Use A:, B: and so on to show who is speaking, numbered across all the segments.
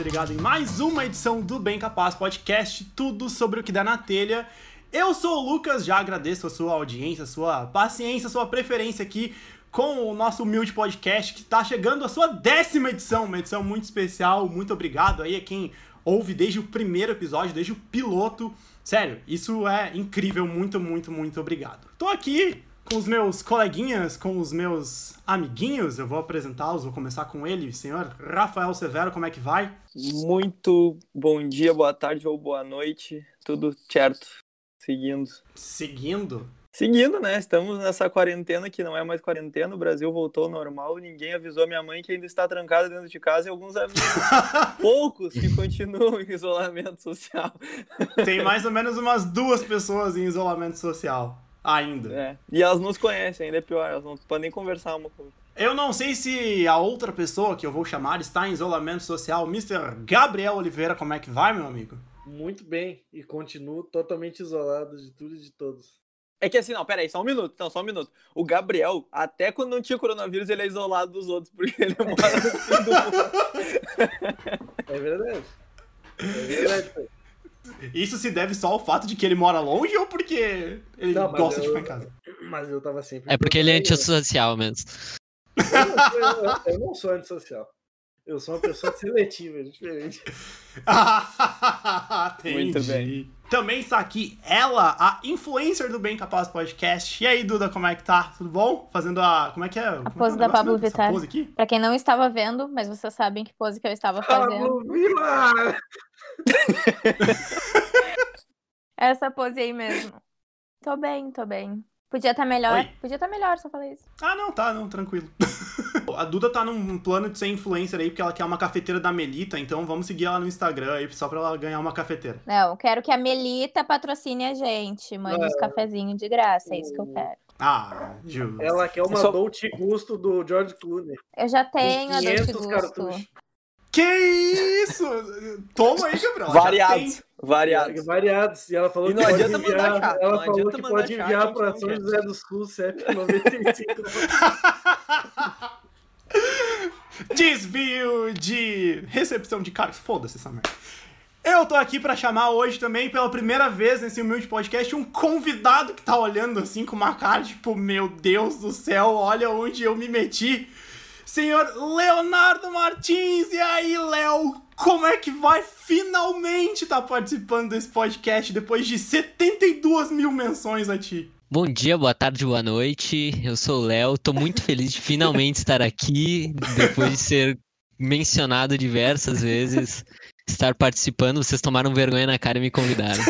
A: chegado em mais uma edição do Bem Capaz Podcast, tudo sobre o que dá na telha. Eu sou o Lucas, já agradeço a sua audiência, a sua paciência, a sua preferência aqui com o nosso humilde podcast que está chegando à sua décima edição, uma edição muito especial. Muito obrigado aí a quem ouve desde o primeiro episódio, desde o piloto. Sério, isso é incrível, muito, muito, muito obrigado. Tô aqui com os meus coleguinhas, com os meus amiguinhos, eu vou apresentá-los, vou começar com ele, senhor Rafael Severo, como é que vai?
B: Muito bom dia, boa tarde ou boa noite, tudo certo, seguindo.
A: Seguindo?
B: Seguindo, né? Estamos nessa quarentena que não é mais quarentena, o Brasil voltou ao normal, ninguém avisou minha mãe que ainda está trancada dentro de casa e alguns amigos, poucos, que continuam em isolamento social.
A: Tem mais ou menos umas duas pessoas em isolamento social ainda.
B: É. E elas nos conhecem, ainda é pior, elas não podem nem conversar uma com a outra.
A: Eu não sei se a outra pessoa que eu vou chamar está em isolamento social, Mr. Gabriel Oliveira, como é que vai, meu amigo?
C: Muito bem, e continuo totalmente isolado de tudo e de todos.
B: É que assim, não, peraí, só um minuto, não, só um minuto. O Gabriel, até quando não tinha coronavírus, ele é isolado dos outros, porque ele mora no fim do mundo.
C: É verdade. É verdade. cara.
A: Isso se deve só ao fato de que ele mora longe ou porque ele
C: Não, mas
A: gosta de
C: eu-
A: ficar em casa?
C: Mas eu tava sempre.
D: É porque ele é
C: Eu-
D: antissocial mesmo.
C: Eu não sou, eu- eu não sou antissocial. Eu sou uma pessoa seletiva, é diferente.
B: Muito
A: Entendi.
B: bem.
A: Também está aqui ela, a influencer do Bem Capaz Podcast. E aí, Duda, como é que tá? Tudo bom? Fazendo a. Como é que é? Como é que é o
E: pose da
A: negócio
E: Pablo
A: mesmo? Essa
E: Vittar.
A: pose aqui?
E: Pra quem não estava vendo, mas vocês sabem que pose que eu estava fazendo.
C: Vila!
E: É Essa pose aí mesmo. Tô bem, tô bem. Podia estar melhor.
A: Oi.
E: Podia estar melhor, só falei isso.
A: Ah, não, tá, não, tranquilo. a Duda tá num plano de ser influencer aí, porque ela quer uma cafeteira da Melita, então vamos seguir ela no Instagram aí, só pra ela ganhar uma cafeteira.
E: Não, quero que a Melita patrocine a gente. Mande uns cafezinhos de graça, é isso que eu quero.
A: Ah, Ju.
C: Ela quer uma
B: Só-
C: Dolce Gusto do George Clooney.
E: Eu já
C: com
E: tenho a dor de gusto.
A: Que isso? Toma aí, Gabriel. já tem.
B: Variados, variados.
C: Variados. E ela falou
B: E não
C: que pode
B: adianta mandar
C: enviar-
B: chato,
C: Ela
B: não
C: falou
B: adianta
C: que
B: mandar
C: pode
B: chato,
C: enviar
B: a gente
C: para
B: não
C: São
B: quer.
C: José do Sul, CEP 95.
A: Desvio de recepção de cargos. Foda-se essa merda. Eu tô aqui pra chamar hoje também, pela primeira vez nesse humilde podcast, um convidado que tá olhando assim com uma cara tipo, meu Deus do céu, olha onde eu me meti. Senhor Leonardo Martins, e aí, Léo? Como é que vai finalmente tá participando desse podcast depois de 72 mil menções a ti?
D: Bom dia, boa tarde, boa noite. Eu sou o Léo, tô muito feliz de finalmente estar aqui, depois de ser mencionado diversas vezes, estar participando. Vocês tomaram vergonha na cara e me convidaram.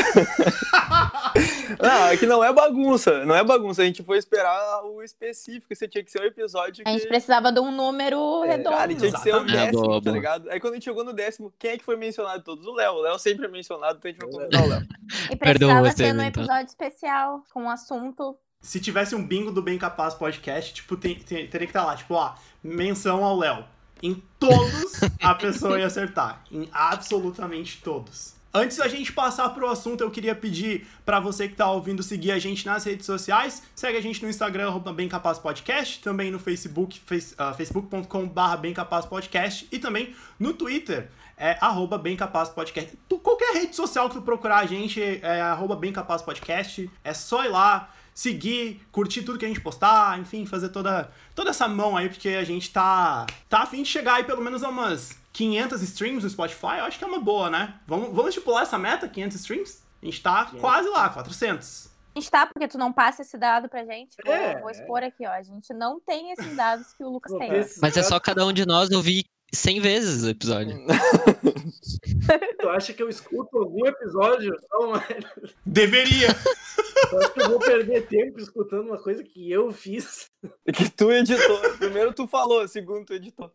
B: Não, é que não é bagunça, não é bagunça. A gente foi esperar o específico, isso tinha que ser um episódio que... É,
E: A gente precisava de um número
B: Cara,
E: redondo.
B: tinha que ser o
A: Exatamente.
D: É,
B: décimo,
D: boa,
B: tá
D: boa.
B: ligado? Aí quando a gente chegou no décimo, quem é que foi mencionado? Todos o Léo. O Léo sempre é mencionado, então a gente vai convidar o Léo.
E: E
D: Perdão
E: precisava
D: vocês,
E: ser num
D: então.
E: episódio especial, com um assunto.
A: se tivesse um bingo do Bem Capaz Podcast, tipo, tem- tem- teria que estar lá, tipo, ó, menção ao Léo. Em todos, a pessoa ia acertar. Em absolutamente todos. Antes da gente passar pro assunto, eu queria pedir pra você que tá ouvindo seguir a gente nas redes sociais. Segue a gente no Instagram, arroba Bem Capaz Podcast, também no Facebook, face, ah, facebook.com.br Bem Capaz Podcast e também no Twitter, é arroba Bem Capaz Podcast. Tu- Qualquer rede social que tu procurar a gente, é arroba Bem Capaz Podcast. É só ir lá, seguir, curtir tudo que a gente postar, enfim, fazer toda, toda essa mão aí, porque a gente tá, tá a fim de chegar aí pelo menos a umas 500 streams no Spotify, eu acho que é uma boa, né? Vamos, vamos estipular essa meta, 500 streams? A gente tá
C: 500.
A: quase lá, 400.
E: A gente tá, porque tu não passa esse dado pra gente. Vou,
C: É.
E: vou expor aqui, ó. A gente não tem esses dados que o Lucas tem.
D: Mas é só cada um de nós ouvir 100 vezes o episódio.
C: Tu acha que eu escuto algum episódio? Não, mas
A: Deveria!
C: eu acho que eu vou perder tempo escutando uma coisa que eu fiz.
B: É Que tu editou. Primeiro tu falou, segundo tu editou.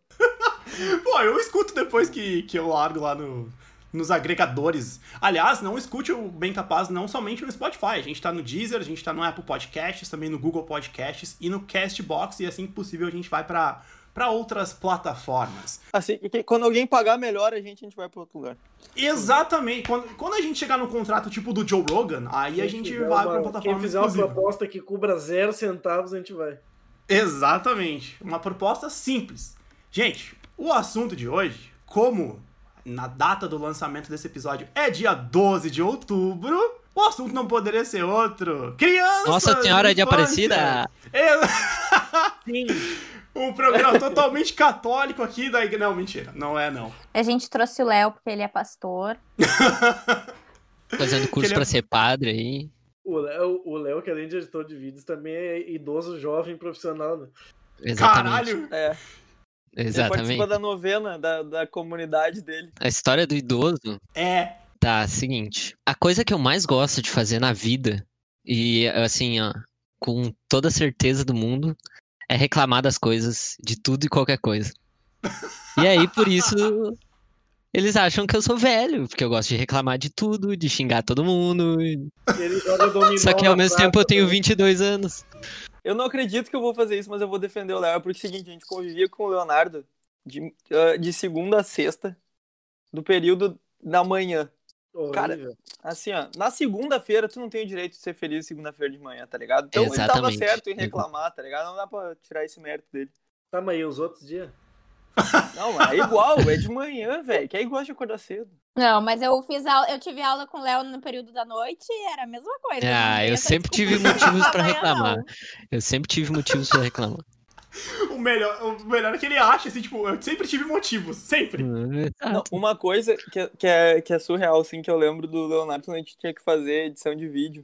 A: Pô, eu escuto depois que, que eu largo lá no, nos agregadores. Aliás, não escute o Bem Capaz não somente no Spotify. A gente tá no Deezer, a gente tá no Apple Podcasts, também no Google Podcasts e no Castbox. E assim que possível a gente vai pra pra outras plataformas.
B: Assim, que- que quando alguém pagar melhor, a gente, a gente vai pro outro lugar.
A: Exatamente. Quando, quando a gente chegar no contrato tipo do Joe Rogan, aí a gente
C: Quem fizer
A: vai
C: uma-
A: pra plataforma
C: Quem fizer uma
A: exclusiva.
C: proposta que cubra zero centavos, a gente vai.
A: Exatamente. Uma proposta simples. Gente, o assunto de hoje, como na data do lançamento desse episódio é dia 12 de outubro. O assunto não poderia ser outro. Crianças!
D: Nossa Senhora é de
A: infância.
D: Aparecida!
A: Eu-
B: Sim.
A: Um programa totalmente católico aqui da igreja. Não, mentira. Não é, não.
E: A gente trouxe o Léo porque ele é pastor.
D: Fazendo curso
A: Aquele-
D: pra ser padre aí.
C: O Léo, o Léo, que além de editor de vídeos, também é idoso, jovem, profissional, né?
D: Exatamente.
A: Caralho!
B: É. Ele participa
D: Exatamente.
B: da novena da, da comunidade dele.
D: A história do idoso
A: É.
D: Tá, seguinte. A coisa que eu mais gosto de fazer na vida, e assim, ó, com toda certeza do mundo, é reclamar das coisas, de tudo e qualquer coisa. E aí, por isso, eles acham que eu sou velho, porque eu gosto de reclamar de tudo, de xingar todo mundo.
C: Ele joga dominó.
D: Só que ao
C: na
D: mesmo
C: praça,
D: tempo eu tenho
C: né?
D: 22 anos.
B: Eu não acredito que eu vou fazer isso, mas eu vou defender o Léo, porque é o seguinte, a gente convivia com o Leonardo de, ah, de segunda a sexta, do período da manhã.
C: Horrível.
B: Cara, Assim, ó, na segunda-feira tu não tem o direito de ser feliz segunda-feira de manhã, tá ligado? Então ele tava
D: Exatamente.
B: certo em reclamar, tá ligado? Não dá pra tirar esse mérito dele.
C: Tá, mas e os outros dias?
B: Não, mas é igual, é de manhã, velho. Quem gosta de acordar cedo?
E: Não, mas eu fiz aula, eu tive aula com o Léo no período da noite e era a mesma coisa. É né? não
D: Ah,
E: tinha
D: eu
E: essa
D: sempre tive
E: desculpa de
D: motivos pra
E: amanhã,
D: reclamar.
E: não.
D: Eu sempre tive motivos pra reclamar.
A: O melhor, o melhor é que ele acha, assim, tipo, eu sempre tive motivos. Sempre.
D: Ah,
B: Não, uma coisa que, é- que, é, que é surreal, assim, que eu lembro do Leonardo quando a gente tinha que fazer edição de vídeo.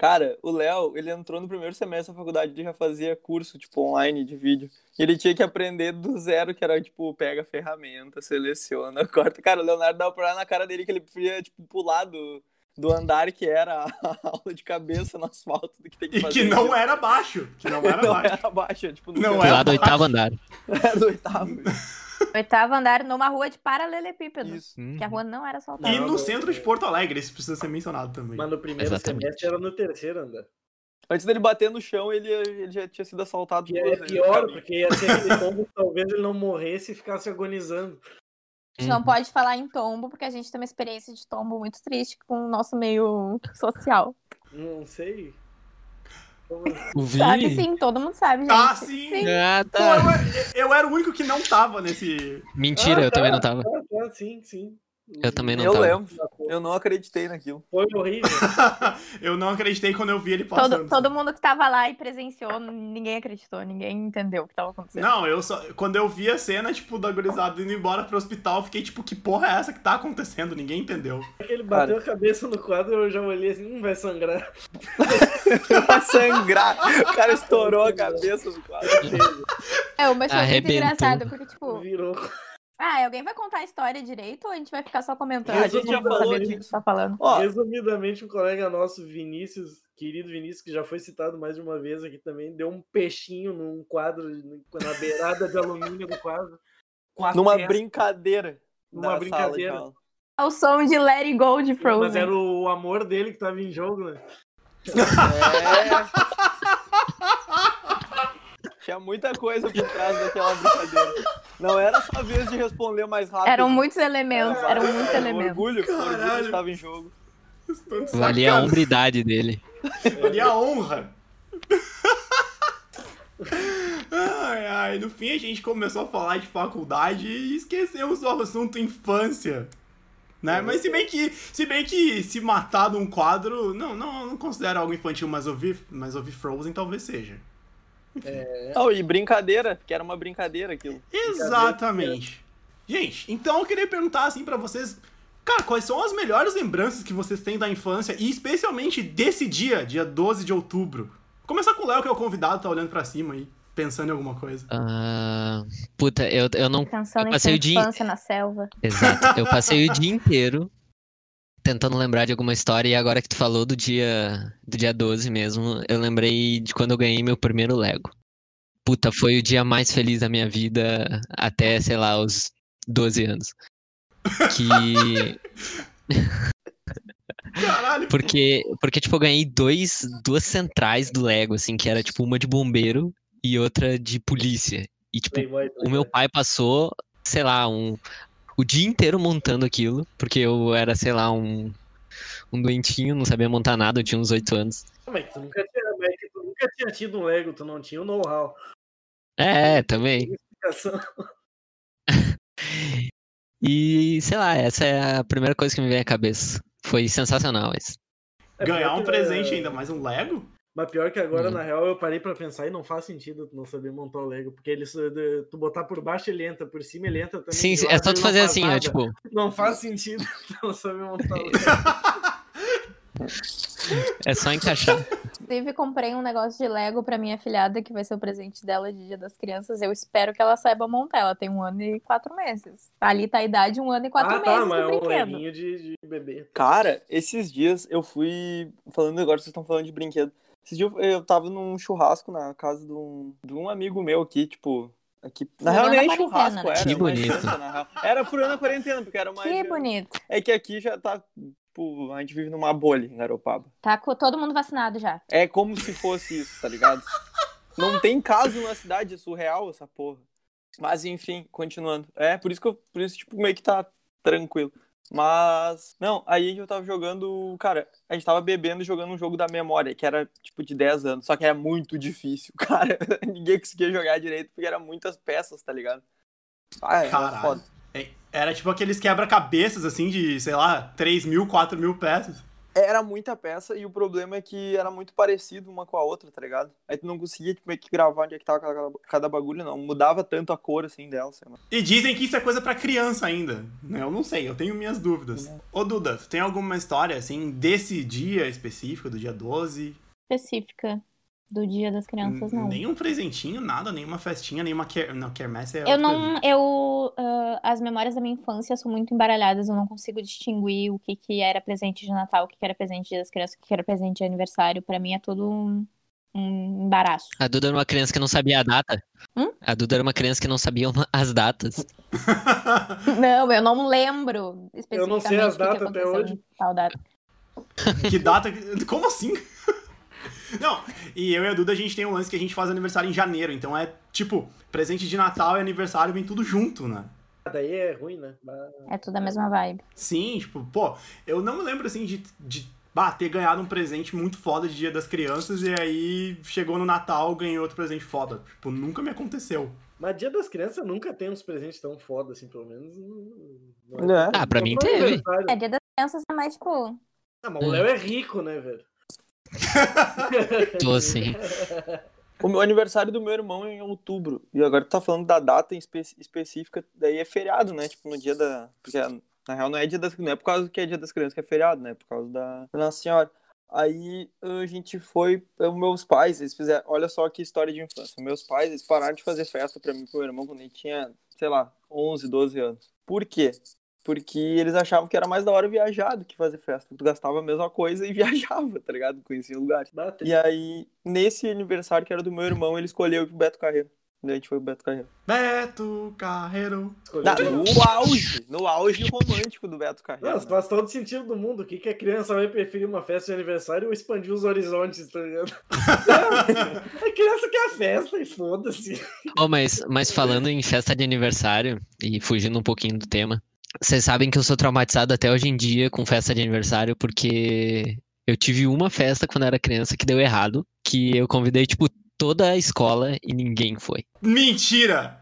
B: Cara, o Léo, ele entrou no primeiro semestre da faculdade, ele já fazia curso, tipo, online de vídeo. E ele tinha que aprender do zero, que era, tipo, pega a ferramenta, seleciona, corta. Cara, o Leonardo dava pra olhar na cara dele que ele podia, tipo, pular do, do andar que era a aula de cabeça no asfalto do que tem que
A: E
B: fazer.
A: que não era baixo. Que não era
B: Não
A: baixo.
B: era baixo, é, tipo, no
A: Não
D: Lá
A: era.
D: do oitavo andar.
B: era do oitavo.
E: Oitavo andar numa rua de paralelepípedo.
B: Isso.
E: Que
D: Uhum.
E: a rua não era asfaltada.
A: E
C: Não,
A: no
C: não.
A: centro de Porto Alegre, isso precisa ser mencionado também.
C: Mas no primeiro
D: Exatamente.
C: semestre era no terceiro andar.
B: Antes dele bater no chão, ele, ele já tinha sido assaltado
C: Que é
B: duas vezes no
C: pior,
B: caminho.
C: porque ia ser aquele pombo que talvez ele não morresse e ficasse agonizando.
E: A
D: Uhum.
E: gente não pode falar em tombo, porque a gente tem uma experiência de tombo muito triste com o nosso meio social.
C: Não sei. Como assim?
D: O
E: Sabe
D: Vini?
E: sim, todo mundo sabe, gente.
A: Ah, sim!
D: Ah,
A: Pô,
D: tá.
A: eu, era- eu era o único que não tava nesse.
D: Mentira, eu também não tava.
C: Ah, tá, sim, sim.
D: Eu também não
B: Eu
D: tava.
B: lembro. Eu não acreditei naquilo.
C: Foi horrível.
A: eu não acreditei quando eu vi ele passando.
E: Todo, todo mundo que tava lá e presenciou, ninguém acreditou, ninguém entendeu o que tava acontecendo.
A: Não, eu só. Quando eu vi a cena, tipo, da gurizada indo embora pro hospital, eu fiquei tipo, que porra é essa que tá acontecendo? Ninguém entendeu.
C: Ele bateu a cabeça no quadro, eu já olhei assim, não vai sangrar.
B: Vai sangrar. O cara estourou a cabeça do quadro.
E: É, mas foi muito
D: Arrebentou.
E: engraçado, porque tipo,
C: Virou.
E: ah, alguém vai contar a história direito ou a gente vai ficar só comentando?
B: A
E: Todo
B: gente já
E: mundo
B: falou
E: sabendo o que a
B: disso.
E: gente tá falando.
B: Ó,
C: Resumidamente, um colega nosso, Vinícius, querido Vinícius, que já foi citado mais de uma vez aqui também, deu um peixinho num quadro, na beirada de alumínio do quadro. com a
B: numa
C: testa,
B: brincadeira.
C: Numa
B: da sala de
C: brincadeira.
B: aula.
E: É o som de Let It Go de Frozen.
C: Mas era um o amor dele que tava em jogo, né?
B: É. Tinha muita coisa por trás daquela brincadeira. Não era só a vez de responder mais rápido.
E: Eram muitos elementos,
C: um
E: eram muitos
B: Era um
E: elementos.
B: Orgulho, orgulho
A: Caralho.
B: estava em jogo.
A: Estou de
D: Valia a
A: sacanagem.
D: hombridade dele.
A: Valia a honra. Ai, ai, no fim a gente começou a falar de faculdade e esquecemos o assunto infância. Né? Mas se bem que se bem que se matar num quadro, não, não, eu não considero algo infantil, mas ouvir, mas ouvir Frozen talvez seja.
B: Não, e brincadeira, que era uma brincadeira aquilo.
A: Exatamente. Gente, então eu queria perguntar assim pra vocês, cara, quais são as melhores lembranças que vocês têm da infância e especialmente desse dia, dia 12 de outubro? Vou Começar com o Léo, que é o convidado, tá olhando pra cima aí, pensando em alguma coisa.
D: Ah, puta, eu, eu não
E: Pensando
D: Eu
E: em sua
D: passei o dia-
E: infância na selva.
D: Exato. Eu passei o dia inteiro tentando lembrar de alguma história e agora que tu falou do dia do dia 12 mesmo, eu lembrei de quando eu ganhei meu primeiro Lego. Puta, foi o dia mais feliz da minha vida até, sei lá, os 12 anos. Que
A: Caralho,
D: porque porque tipo eu ganhei dois duas centrais do Lego assim, que era tipo uma de bombeiro e outra de polícia. E tipo,
C: Playboy,
D: o meu pai passou, sei lá, um, o dia inteiro montando aquilo, porque eu era, sei lá, um, um doentinho, não sabia montar nada, eu tinha uns 8 anos.
C: Ah, mas tu nunca tinha, mas é que tu nunca tinha tido um Lego, tu não tinha o know-how.
D: É, também.
C: Explicação.
D: E sei lá, essa é a primeira coisa que me vem à cabeça. Foi sensacional isso.
C: É
A: Ganhar
C: pior
A: um
C: que-
A: presente ainda, mais um Lego?
C: Mas pior que agora,
D: Hum.
C: na real, eu parei pra pensar e não faz sentido tu não saber montar o Lego, porque ele, se- de- tu botar por baixo ele entra, por cima ele entra também.
D: Sim,
C: de
D: sim, é
C: lado
D: só
C: ele
D: tu
C: não
D: fazer
C: faz
D: assim, ó,
C: nada.
D: tipo,
C: Não faz sentido tu não saber montar o Lego.
D: é só encaixar.
E: Inclusive, comprei um negócio de Lego pra minha filhada, que vai ser o presente dela de Dia das Crianças. Eu espero que ela saiba montar. Ela tem um ano e quatro meses. Ali tá a idade, um ano e quatro
C: ah,
E: meses
C: tá, mas é
E: do
C: um
E: brinquedo.
C: leguinho de, de bebê.
B: Cara, esses dias eu fui. Falando agora, vocês estão falando de brinquedo. Esses dias eu- eu tava num churrasco na casa de um, de um amigo meu aqui, tipo. Aqui. Na
E: Furando
B: real, nem
E: a
B: é churrasco,
E: quarentena, né?
B: era.
D: Que
B: uma
D: bonito.
B: janta, na real. Era furando a quarentena, porque era mais.
E: que
C: um
E: bonito.
B: É que aqui já tá. Tipo, a gente vive numa bolha em Garopaba.
E: Tá com todo mundo vacinado já.
B: É como se fosse isso, tá ligado? Não tem caso na cidade, é surreal essa porra. Mas enfim, continuando. É, por isso que eu, por isso, tipo, meio que tá tranquilo. Mas, não, aí eu tava jogando, cara, a gente tava bebendo e jogando um jogo da memória, que era, tipo, de 10 anos, só que era muito difícil, cara. Ninguém conseguia jogar direito, porque eram muitas peças, tá ligado? Ah, é,
A: Caralho.
B: foda.
A: É- Era tipo aqueles quebra-cabeças, assim, de, sei lá, 3 mil, 4 mil peças.
B: Era muita peça e o problema é que era muito parecido uma com a outra, tá ligado? Aí tu não conseguia tipo, meio que gravar onde é que tava cada, cada bagulho, não. Mudava tanto a cor assim dela, sei lá.
A: E dizem que isso é coisa pra criança ainda. né? Eu não sei, eu tenho minhas dúvidas. Ô Duda, tu tem alguma história, assim, desse dia específico, do dia 12?
E: Específica do Dia das Crianças, não.
A: Nenhum um presentinho, nada, nenhuma festinha, nenhuma quer... Não, quermesse é outra-
E: Eu não, eu, ah, as memórias da minha infância são muito embaralhadas, eu não consigo distinguir o que que era presente de Natal, o que que era presente de Dia das Crianças, o que que era presente de aniversário, Pra mim é tudo um, um embaraço.
D: A Duda era uma criança que não sabia a data.
E: Hum?
D: A Duda era uma criança que não sabia uma- as datas.
E: Não, eu não lembro especificamente
C: Eu não sei as
E: o que que
C: datas até
E: aconteceu
C: hoje.
E: em tal data.
A: Que data. que- Como assim? Não, e eu e a Duda, a gente tem um lance que a gente faz aniversário em janeiro, então é tipo, presente de Natal e aniversário vem tudo junto, né?
C: Daí é ruim, né? Mas-
E: É tudo a mesma vibe.
A: Sim, tipo, pô, eu não me lembro assim de, de bah, ter ganhado um presente muito foda de Dia das Crianças e aí chegou no Natal, ganhei outro presente foda. Tipo, nunca me aconteceu.
C: Mas dia das crianças nunca tem uns presentes tão foda, assim, pelo menos. não-
B: Né?
D: Ah, pra mim
C: Só
D: teve.
C: aniversário.
E: É, Dia das Crianças é mais tipo,
C: Ah, mas o Léo é rico, né, velho?
D: Tô assim.
B: O meu aniversário do meu irmão é em outubro. E agora tu tá falando da data em espe- específica, daí é feriado, né? Tipo, no dia da. Porque na real não é dia das não é por causa que é dia das crianças que é feriado, né? Por causa da da Nossa Senhora. Aí a gente foi. eh, Meus pais, eles fizeram. Olha só que história de infância. Meus pais, eles pararam de fazer festa pra mim e pro meu irmão quando ele tinha, sei lá, 11, 12 anos. Por quê? Porque eles achavam que era mais da hora viajar do que fazer festa. Tu gastava a mesma coisa e viajava, tá ligado? Conhecia lugares.
C: Bate.
B: E aí, nesse aniversário que era do meu irmão, ele escolheu ir pro Beto Carreiro. Daí a gente foi pro Beto Carreiro.
A: Beto Carreiro.
B: Na-
D: Tá,
B: no
D: um
B: auge, no auge romântico do Beto Carreiro.
C: Nossa,
B: né?
C: faz todo sentido do mundo. O que, que a criança vai preferir uma festa de aniversário ou expandir os horizontes, tá ligado? a criança quer a festa e foda-se.
D: Oh, mas, mas falando em festa de aniversário, e fugindo um pouquinho do tema, vocês sabem que eu sou traumatizado até hoje em dia com festa de aniversário, porque eu tive uma festa quando era criança que deu errado, que eu convidei, tipo, toda a escola e ninguém foi.
A: Mentira!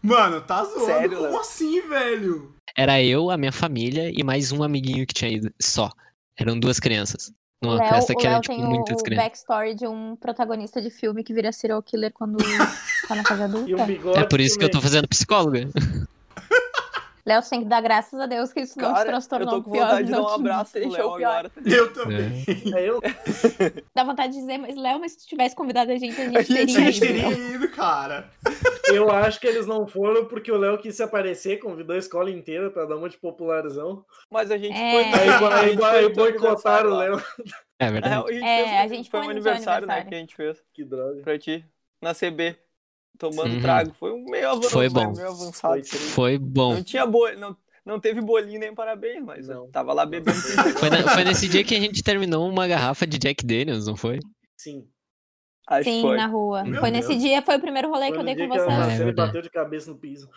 A: Mano, tá zoando?
B: Sério,
A: Como
B: Léo?
A: assim, velho?
D: Era eu, a minha família e mais um amiguinho que tinha ido, só. Eram duas crianças. Numa
E: Léo,
D: festa
E: o
D: que era,
E: Léo
D: tipo,
E: tem o,
D: muitas
E: o
D: crianças.
E: backstory de um protagonista de filme que vira serial killer quando tá na casa
C: E
E: adulta.
C: um bigode.
D: É por isso que eu tô
C: também.
D: fazendo psicóloga.
E: Léo, você tem que dar graças a Deus que isso não te
B: Cara, eu
E: transtornou
B: tô com
E: pior,
B: vontade de
E: não
B: dar um
E: te
B: abraço pro
E: deixou
B: Léo
E: pior.
B: agora.
A: Eu também.
C: É eu?
E: Dá vontade de dizer, mas Léo, mas se tu tivesse convidado a gente, a
B: A
E: gente
B: gente-
A: A
E: teria
A: gente
E: ido.
A: teria ido, cara.
C: Eu acho que eles não foram porque o Léo quis se aparecer, convidou a escola inteira pra dar um monte de popularzão.
B: Mas a gente
E: É.
B: foi.
C: Aí,
B: a
C: aí, então
B: gente foi
C: aí
B: pro teu
C: boicotaram
B: aniversário
C: o
B: lá.
C: Léo.
D: É
B: Na
D: verdade.
B: real, a gente
E: É,
B: fez-
E: a gente
B: foi
E: foi
B: um
E: no
B: aniversário, né,
E: aniversário.
B: que a gente fez
C: Que droga.
B: pra ti, na CB, tomando
D: Uhum.
B: trago. Foi um meio avançado,
D: Foi bom.
B: meio avançado.
C: Foi.
D: Foi bom.
E: é um
B: Não tinha bol, não, não teve bolinho nem parabéns, mas
C: Não.
B: eu tava lá bebendo.
D: Foi, na- foi nesse dia que a gente terminou uma garrafa de Jack Daniels, não foi?
C: Sim.
B: Acho que
E: Sim,
B: foi.
E: na rua.
A: Meu
E: foi
A: Deus.
E: nesse dia, foi o primeiro rolê
C: Foi
E: que eu
C: no
E: dei
C: dia
E: com
C: que a
D: Ah, é
E: vocês.
C: Marcele
D: verdade.
C: bateu de cabeça no piso.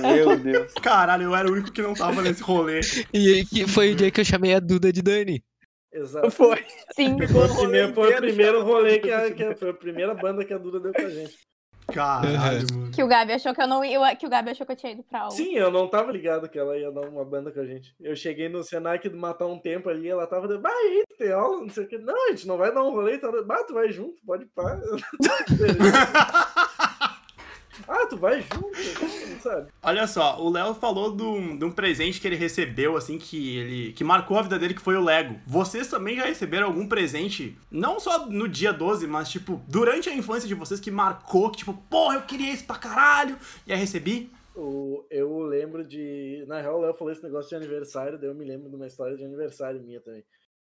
B: Meu Deus.
A: Caralho, eu era o único que não tava nesse rolê.
D: E aí que foi o dia que eu chamei a Duda de Dani.
C: Exato.
B: Foi.
E: Sim.
C: Foi o
B: rolê
C: primeiro, foi o
B: inteiro, assim.
C: primeiro
B: cara.
C: rolê que a, que a- foi a primeira banda que a Duda deu pra gente.
A: Caralho,
C: É.
A: mano.
E: Que o Gabi achou que eu não ia, que o Gabi achou que eu tinha ido pra aula.
C: Sim, eu não tava ligado que ela ia dar uma banda com a gente. Eu cheguei no Senac do Matar um Tempo ali, ela tava dando, vai aí, tu tem aula, não sei o que. Não, a gente não vai dar um rolê, tá? Ah, tu vai junto, pode pá. ah, tu vai junto, sabe?
A: Olha só, o Léo falou de um, de um presente que ele recebeu, assim, que ele. que marcou a vida dele, que foi o Lego. Vocês também já receberam algum presente, não só no dia 12, mas, tipo, durante a infância de vocês que marcou, que, tipo, porra, eu queria isso pra caralho! E aí recebi.
C: O- eu lembro de. Na real, o Léo falou esse negócio de aniversário, daí eu me lembro de uma história de aniversário minha também.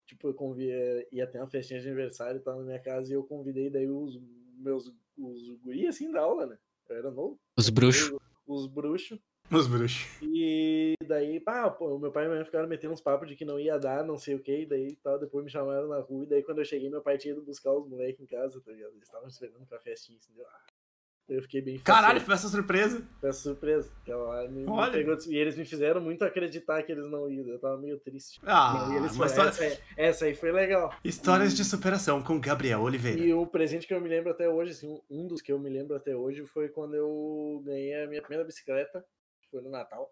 C: Tipo, eu convia, ia ter uma festinha de aniversário, tava na minha casa, e eu convidei daí os meus os guri assim da aula, né? Eu era novo,
D: Os bruxos.
C: os bruxos.
A: Os bruxos.
C: E daí, pá, pô, meu pai e minha mãe ficaram metendo uns papos de que não ia dar, não sei o que, daí tal, depois me chamaram na rua, e daí quando eu cheguei, meu pai tinha ido buscar os moleques em casa, tá ligado? Eles estavam esperando pra festinha, assim, deu- ah. Eu fiquei bem
A: Caralho,
C: faceiro,
A: foi essa surpresa.
C: foi surpresa. Então, lá me- me
A: Olha.
C: pegou de- e eles me fizeram muito acreditar que eles não iam, eu tava meio triste.
A: Ah,
C: e eles
A: uma
C: falaram,
A: história-
C: essa, aí- essa aí foi legal.
A: histórias de superação com Gabriel Oliveira.
C: E o presente que eu me lembro até hoje, assim, um- um dos que eu me lembro até hoje foi quando eu ganhei a minha primeira bicicleta, foi no Natal.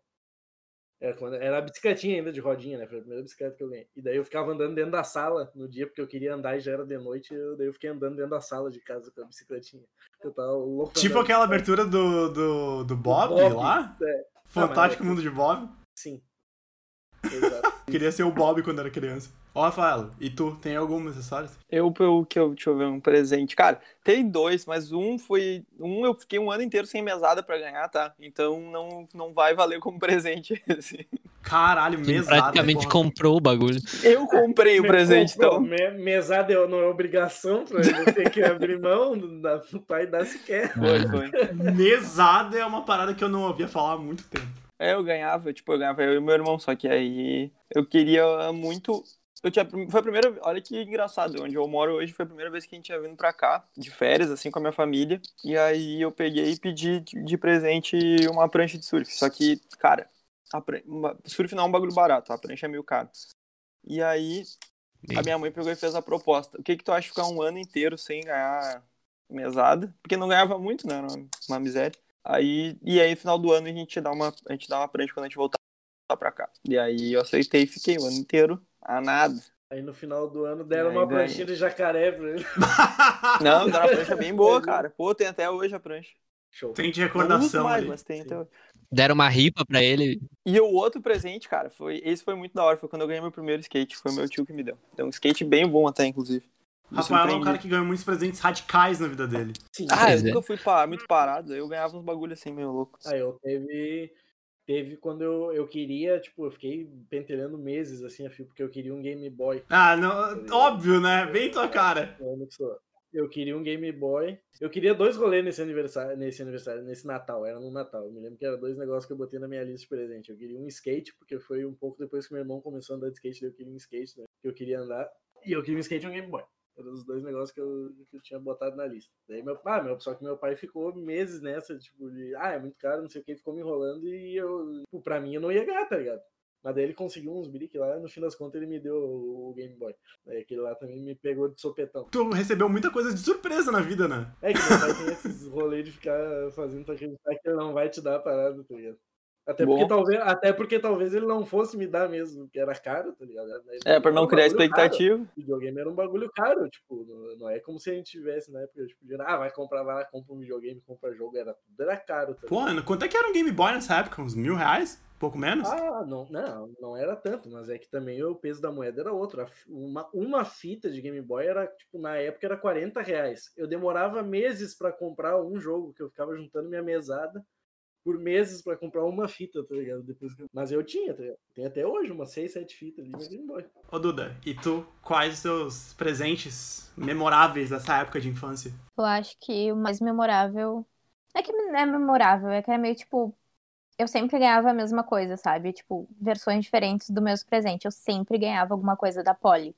C: Era, quando, era a bicicletinha ainda de rodinha, né? Foi a primeira bicicleta que eu ganhei. E daí eu ficava andando dentro da sala no dia, porque eu queria andar e já era de noite, eu, daí eu fiquei andando dentro da sala de casa com a bicicletinha. Eu tava louco. pra
A: Tipo
C: andar.
A: aquela abertura do, do, do Bob,
C: Bob,
A: lá.
C: é.
A: Fantástico
C: mas-
A: Mundo de Bob.
C: Sim. Exato.
A: Queria ser o Bob quando era criança. Ó, Rafael, e tu, tem algumas histórias?
B: Eu, eu que eu, deixa eu ver um presente. Cara, tem dois, mas um foi. Um eu fiquei um ano inteiro sem mesada pra ganhar, tá? Então não, não vai valer como presente esse.
A: Caralho,
D: Ele
A: mesada.
D: praticamente
A: porra.
D: comprou o bagulho.
B: Eu comprei o
C: Me-
B: presente,
C: pô,
B: então.
C: me- Mesada eu- não é obrigação, pra eu ter que abrir mão, da- o pai dá se quer.
B: então. Foi, foi.
A: Mesada é uma parada que eu não ouvia falar há muito tempo.
B: É, eu ganhava, tipo, eu ganhava eu e meu irmão, só que aí eu queria muito. Eu tinha, foi a primeira. Olha que engraçado, onde eu moro hoje foi a primeira vez que a gente tinha vindo pra cá, de férias, assim, com a minha família. E aí eu peguei e pedi de de presente uma prancha de surf. Só que, cara, a pran- uma- surf não é um bagulho barato, a prancha é meio caro. E aí a minha mãe pegou e fez a proposta. O que que tu acha de ficar um ano inteiro sem ganhar mesada? Porque não ganhava muito, né? Era uma- uma miséria. Aí, e aí, no final do ano, a gente dá uma, a gente dá uma prancha quando a gente voltar pra cá. E aí eu aceitei e fiquei o ano inteiro a nada.
C: Aí no final do ano deram
B: Aí
C: uma
B: ganhei.
C: pranchinha de jacaré pra ele.
B: Não, era uma prancha bem boa, cara. Pô, tem até hoje a prancha.
C: Show.
A: Tem de
B: Não uso
A: recordação
B: mais,
A: ali.
B: mas tem até hoje.
D: Deram uma ripa pra ele.
B: E o outro presente, cara, foi. Esse foi muito da hora. Foi quando eu ganhei meu primeiro skate. Foi meu tio que me deu. Deu um skate bem bom até, inclusive. Me
A: Rafael é um
B: surpreendi.
A: cara que ganhou muitos presentes radicais na vida dele.
C: Sim.
B: Ah, eu
D: Pois é.
B: nunca fui pa- muito parado. Eu ganhava uns bagulho assim, meio louco.
C: Ah, eu teve. Teve quando eu, eu queria, tipo, eu fiquei pentelhando meses assim a fio, porque eu queria um Game Boy.
A: Ah, não, óbvio, né? Bem tua cara.
C: Eu não sou- Eu queria um Game Boy. Eu queria dois rolês nesse aniversário, nesse aniversário, nesse Natal, era no Natal. Eu me lembro que era dois negócios que eu botei na minha lista de presente. Eu queria um skate, porque foi um pouco depois que meu irmão começou a andar de skate, daí eu queria um skate, né? Que eu queria andar. E eu queria um skate e um Game Boy. Eram os dois negócios que eu, que eu tinha botado na lista. Daí meu, ah, meu, só que meu pai ficou meses nessa, tipo, de, ah, é muito caro, não sei o que, ficou me enrolando e eu, tipo, pra mim eu não ia ganhar, tá ligado? Mas daí ele conseguiu uns briques lá, no fim das contas ele me deu o o Game Boy. Daí aquele lá também me pegou de sopetão.
A: Tu recebeu muita coisa de surpresa na vida, né?
C: É que meu pai tem esses rolês de ficar fazendo tu acreditar que ele não vai te dar a parada, tá ligado? Até
B: Bom.
C: porque, talvez, até porque talvez ele não fosse me dar mesmo, porque era caro, tá ligado? Era-
B: É, pra
C: era
B: não
C: um
B: criar
C: bagulho Caro.
B: expectativa.
C: Videogame era um bagulho caro, tipo, não, não é como se a gente tivesse na época, tipo, de, ah, vai comprar, vai lá, compra um videogame, compra jogo, era tudo, era caro. Tá ligado?
A: Pô, Ana, quanto é que era um Game Boy nessa época? Uns mil reais? Pouco menos?
C: Ah, não, não, não era tanto, mas é que também o peso da moeda era outro. A fi- Uma, uma fita de Game Boy era, tipo, na época era 40 reais. Eu demorava meses pra comprar um jogo, que eu ficava juntando minha mesada por meses pra comprar uma fita, tá ligado? Depois que eu- Mas eu tinha, tá ligado? Tem até hoje umas 6, 7 fitas de Game Boy.
A: Ô Duda, e tu, quais os seus presentes memoráveis dessa época de infância?
E: Eu acho que o mais memorável. É que não é memorável, é que era meio tipo. Eu sempre ganhava a mesma coisa, sabe? Tipo, versões diferentes do mesmo presente. Eu sempre ganhava alguma coisa da Polly.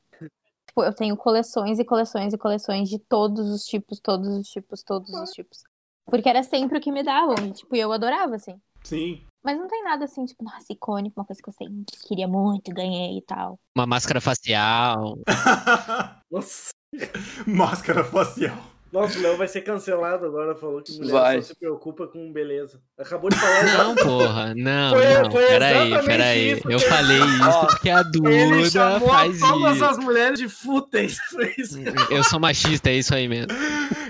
E: Tipo, eu tenho coleções e coleções e coleções de todos os tipos, todos os tipos, todos os tipos. Porque era sempre o que me davam, e, tipo, eu adorava, assim.
A: Sim.
E: Mas não tem nada assim, tipo, nossa, icônico, uma coisa que eu sempre queria muito, ganhei e tal.
D: Uma máscara facial.
C: Nossa,
A: Máscara facial.
C: Nossa, o Léo vai ser cancelado agora. Falou que mulher
B: Vai.
C: só se preocupa com beleza. Acabou de falar.
D: Não, porra, não,
C: Foi-
D: não.
C: foi
D: Peraí,
C: exatamente
D: peraí.
C: isso que
D: Eu
C: ele-
D: falei isso
B: Ó,
D: porque a
C: Ele
D: Duda
C: chamou
D: faz
C: todas
D: isso.
C: as mulheres de fúteis. Foi isso.
D: Eu sou machista, é isso aí mesmo.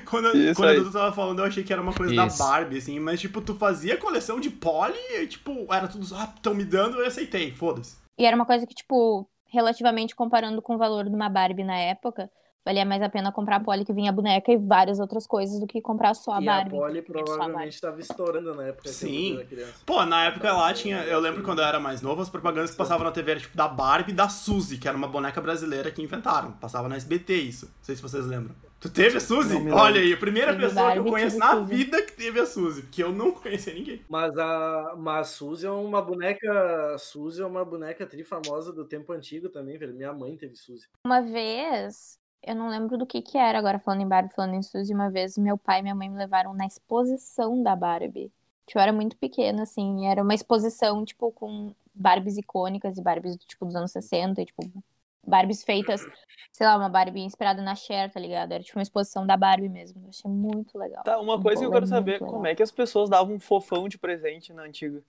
A: Quando, eu-
B: Isso
A: quando a
B: aí.
A: Duda tava falando, eu achei que era uma coisa
D: Isso.
A: da Barbie, assim, mas tipo, tu fazia coleção de poli e, tipo, era tudo, só, ah, tão me dando, eu aceitei, foda-se.
E: E era uma coisa que, tipo, relativamente comparando com o valor de uma Barbie na época, valia mais a pena comprar a Polly que vinha a boneca e várias outras coisas do que comprar só a
C: e
E: Barbie.
C: a Polly
E: porque tipo, só a Barbie.
C: provavelmente tava estourando na época
A: Sim.
C: que eu era criança.
A: Pô, na época lá tinha. Eu lembro quando eu era mais novo, as propagandas que passavam na TV era tipo da Barbie e da Suzy, que era uma boneca brasileira que inventaram. Passava na SBT isso. Não sei se vocês lembram. Tu teve a Suzy?
B: Não me lembro.
A: Olha aí, a primeira
E: Tive
A: pessoa que eu
E: Barbie,
A: conheço
E: tive
A: na
E: Suzy.
A: vida que teve a Suzy, porque eu não conhecia ninguém.
C: Mas a, mas a Suzy é uma boneca. a Suzy é uma boneca trifamosa do tempo antigo também, velho. Minha mãe teve Suzy.
E: Uma vez, eu não lembro do que que era, agora falando em Barbie, falando em Suzy, uma vez meu pai e minha mãe me levaram na exposição da Barbie. Tipo, eu era muito pequena, assim, e era uma exposição, tipo, com Barbies icônicas e Barbies, tipo, dos anos 60, e, tipo, Barbies feitas, sei lá, uma Barbie inspirada na Cher, tá ligado? Era, tipo, uma exposição da Barbie mesmo. Eu achei muito legal.
B: Tá, uma coisa que eu
E: Boa,
B: quero saber,
E: muito legal.
B: como é que as pessoas davam um fofão de presente na antiga?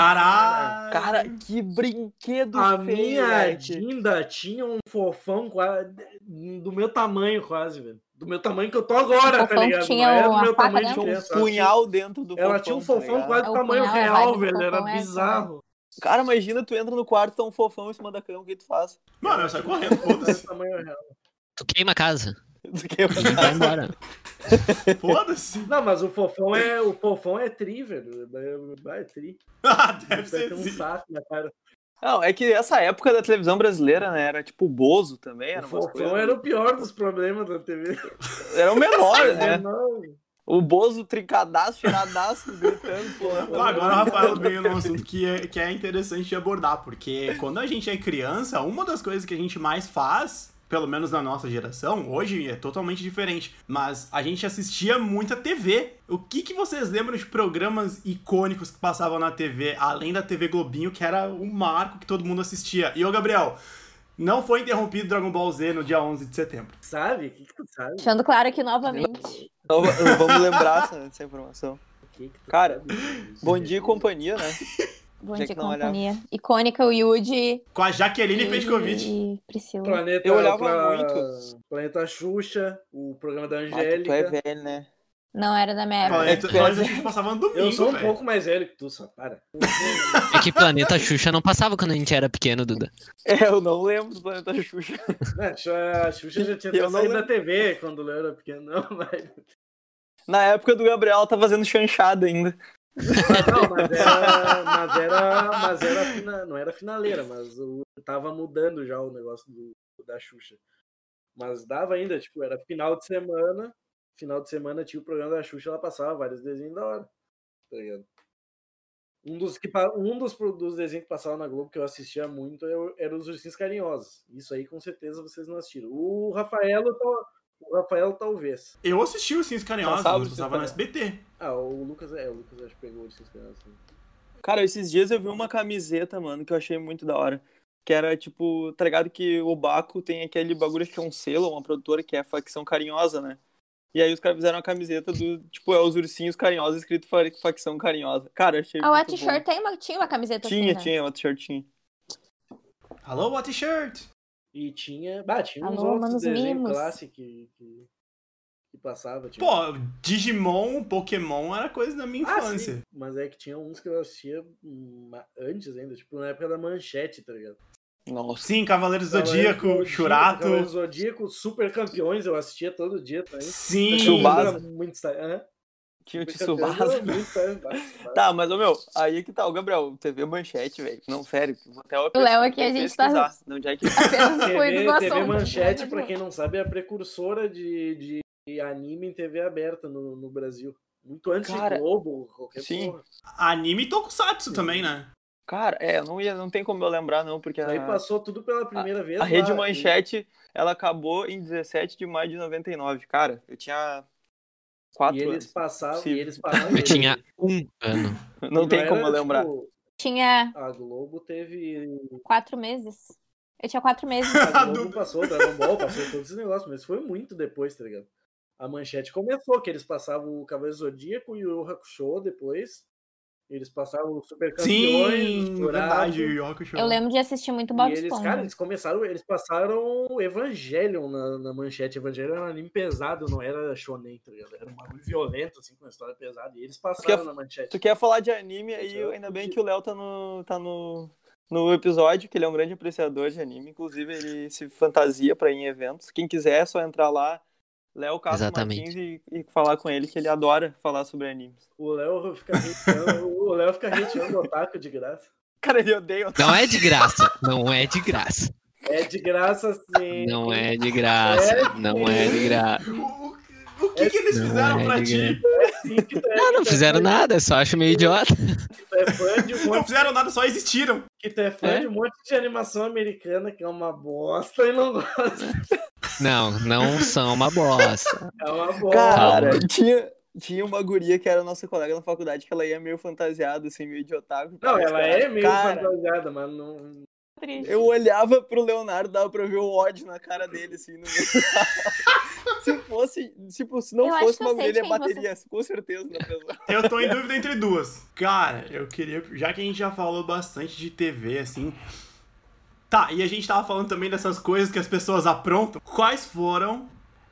A: Caralho!
B: Cara, que brinquedo
C: A
B: feio,
C: minha
B: velho.
C: Dinda tinha um fofão qua- do meu tamanho, quase, velho. Do meu tamanho que eu tô agora,
E: O
C: tá
E: fofão
C: ligado?
E: tinha
C: Não era do
E: a
C: meu
E: faca
C: tamanho de
E: dentro?
B: Tinha um
C: criança.
B: punhal dentro do
C: Ela
B: fofão,
C: tinha um
B: tá
C: fofão
B: ligado?
C: quase
E: É
C: do
E: o
C: tamanho
E: punhal, a
C: real,
E: vibe do
C: velho. Era
E: fofão é essa, né?
C: bizarro.
B: Cara, imagina tu entra no quarto, tá um fofão em cima da cama, o que tu faz?
A: Mano, eu saio correndo,
C: Era do
A: foda-se.
C: tamanho real.
D: Tu queima a casa.
B: Do que eu-
D: Vai embora.
A: Foda-se.
C: Não, mas o fofão é o fofão é tri, velho. Vai, é tri.
A: Ah,
C: Vai
A: deve
C: ter
A: ser
C: um
A: sim.
C: saco na cara.
B: Não, é que essa época da televisão brasileira, né, era tipo Bozo também,
C: O
B: era umas coisas...
C: fofão era o pior dos problemas da TV.
B: Era o menor, né?
C: Não,
B: O Bozo trincadaço, cheiradaço, gritando, pulando.
A: Pô,
C: né?
A: agora o Rafael veio num assunto que é, que é interessante de abordar, porque quando a gente é criança, uma das coisas que a gente mais faz, pelo menos na nossa geração, hoje é totalmente diferente, mas a gente assistia muita TV. O que, que vocês lembram de programas icônicos que passavam na TV, além da TV Globinho, que era o marco que todo mundo assistia? E ô, Gabriel, não foi interrompido Dragon Ball Z no dia 11 de setembro.
C: Sabe? O que, que tu sabe?
E: Deixando claro que, novamente,
B: Então, vamos lembrar essa, essa informação.
C: O que que tu
B: Cara,
C: sabe?
B: Bom dia e companhia, né?
E: Bom
B: Já
E: Dia
B: que não olhava.
E: Companhia. Icônica, o Yudi
A: Com a Jaqueline
E: e-
A: Petkovic.
E: e Priscila.
C: Planeta,
B: Eu olhava
C: pra-
B: muito.
C: Planeta Xuxa, o programa da
B: Ah, tu- tu
C: Angélica.
B: é velho, né?
E: Não era da minha época.
A: Planeta-
B: É,
A: Planeta
B: é.
A: Xuxa passava no domingo,
C: eu sou um
A: velho.
C: pouco mais velho que tu, só para.
D: É que Planeta Xuxa não passava quando a gente era pequeno, Duda.
B: É, eu não lembro do Planeta Xuxa.
C: Né, a Xuxa já tinha
B: Eu
C: até
B: não
C: saído da
B: lembro.
C: TV quando eu era pequeno, não, mas.
B: Na época do Gabriel, ela tá fazendo chanchada ainda.
C: Não, mas era. Mas era. Mas era fina- não era finaleira, mas o, tava mudando já o negócio do, da Xuxa. Mas dava ainda, tipo, era final de semana. Final de semana tinha o programa da Xuxa, ela passava vários desenhos da hora. Tá ligado? Um dos, que, pa- um dos, pro- dos desenhos que passavam na Globo que eu assistia muito eu- era os Ursinhos Carinhosos. Isso aí com certeza vocês não assistiram. O Rafael, tal- o Rafael talvez.
A: Eu assisti os Sims Carinhosos,
B: Passava
A: mas
B: os
A: passava no
B: Ursinhos
A: SBT.
C: Ah, o Lucas, é, o Lucas acho que pegou os Ursinhos Carinhosos. também.
B: Cara, esses dias eu vi uma camiseta, mano, que eu achei muito da hora. Que era tipo, tá ligado que o Baco tem aquele bagulho que é um selo, uma produtora que é a facção carinhosa, né? E aí os caras fizeram a camiseta do, tipo, é os ursinhos carinhosos escrito fa- facção carinhosa. Cara, eu achei
E: A
B: É muito
E: What
B: bom.
E: Ah, T-shirt tem uma, tinha uma camiseta
B: Tinha,
E: assim, né?
B: tinha, uma t-shirtinha.
A: Alô, what shirt?
C: E tinha. Bah, tinha uns
E: Alô,
C: outros
E: Manos
C: desenhos
E: Mimos.
C: clássicos que, que, que passava. Tipo...
A: Pô, Digimon, Pokémon era coisa da minha
C: Ah,
A: infância.
C: sim, Mas é que tinha uns que eu assistia hum, ma- antes ainda, tipo na época da manchete, tá ligado?
B: Nossa.
A: sim. Cavaleiros do
C: Cavaleiros
A: Zodíaco, Churato.
C: Cavaleiros do Zodíaco, Super Campeões, eu assistia todo dia tá também.
A: Sim.
B: Tsubasa.
C: Era Muito sa- aham,
B: Tinha o
C: Super Campeões
B: Tsubasa.
C: era muito né? sa-
B: Tá, mas, ô, meu, aí que tá, o Gabriel, TV Manchete, velho. Não, sério, vou até
E: O Léo aqui, a gente tá-
B: pesquisar de onde é que-
E: Apenas excluído do
C: TV, TV
E: assunto.
C: Manchete, pra quem não sabe, é a precursora de, de- de anime em TV aberta no, no Brasil. Muito antes
B: Cara,
C: de Globo, qualquer
B: sim.
C: porra.
A: Anime e Tokusatsu também, né?
B: Cara, é, não, ia, não tem como eu lembrar, não, porque
C: Isso Aí
B: a,
C: passou tudo pela primeira vez.
B: a Rede
C: lá, e-
B: Manchete, ela acabou em 17 de maio de 99. Cara, eu tinha
C: E
B: 4
C: eles
B: anos.
C: passavam,
B: Sim.
C: e eles passavam.
D: Eu tinha um ano.
B: Não tem
C: era,
B: como eu lembrar.
C: tipo,
E: Tinha
C: a Globo teve.
E: quatro meses. Eu tinha quatro meses.
C: A
A: A
C: Globo
A: dupla.
C: passou o Dragon Ball, passou todos esses negócios, mas foi muito depois, tá ligado? a manchete começou, que eles passavam o Cavaleiro Zodíaco e o Yu Hakusho depois. Eles passavam o Super Campeões,
A: Sim,
C: Dourado,
A: verdade, o Yoko Show.
E: Eu lembro de assistir muito Bob
C: e eles,
E: Esponja.
C: cara, eles começaram, eles passaram o Evangelion na, na manchete. Evangelion era um anime pesado, não era shonen, tá ligado? Era um bagulho violento, assim, com uma história pesada. E eles passaram
B: Porque-
C: na manchete.
B: Tu quer falar de anime aí, ainda bem que o Léo tá no. tá no. No episódio, que ele é um grande apreciador de anime, inclusive ele se fantasia pra ir em eventos. Quem quiser é só entrar lá, Léo Castro
D: Exatamente.
B: Martins, e, e falar com ele, que ele adora falar sobre animes.
C: O Léo fica hateando, o Léo fica hateando o Otaku de graça.
B: Cara, ele odeia.
D: Não é de graça, não é de graça.
C: É de graça, sim.
D: Não é de graça, não é de graça.
A: O, o- o que, que eles
D: Não,
A: fizeram
D: é
A: pra
D: de
A: ti?
C: Sim, que tu é,
D: Ah, não
C: que tu é
D: fizeram
C: fã-
D: nada, eu só acho meio idiota.
C: que tu é fã de um monte
A: Não fizeram nada, só existiram.
C: que tu é fã
D: É?
C: de um monte de animação americana que é uma bosta e não gosta.
D: Não, não são uma bosta.
C: É uma bosta.
B: Cara,
D: Calma.
B: tinha, tinha uma guria que era nossa colega na faculdade, que ela ia meio fantasiada, assim, meio de otaku.
C: não, ela é meio
B: cara,
C: fantasiada, mas não.
E: Triste.
B: Eu olhava pro Leonardo, dava pra ver o ódio na cara dele, assim. No... se fosse, tipo, se não
E: Eu acho
B: fosse
E: que
B: uma
E: eu sei
B: guria,
E: de
B: ele
E: quem
B: bateria, com certeza, na pessoa.
A: Eu tô em dúvida entre duas. Cara, eu queria. Já que a gente já falou bastante de TV, assim. Tá, e a gente tava falando também dessas coisas que as pessoas aprontam. Quais foram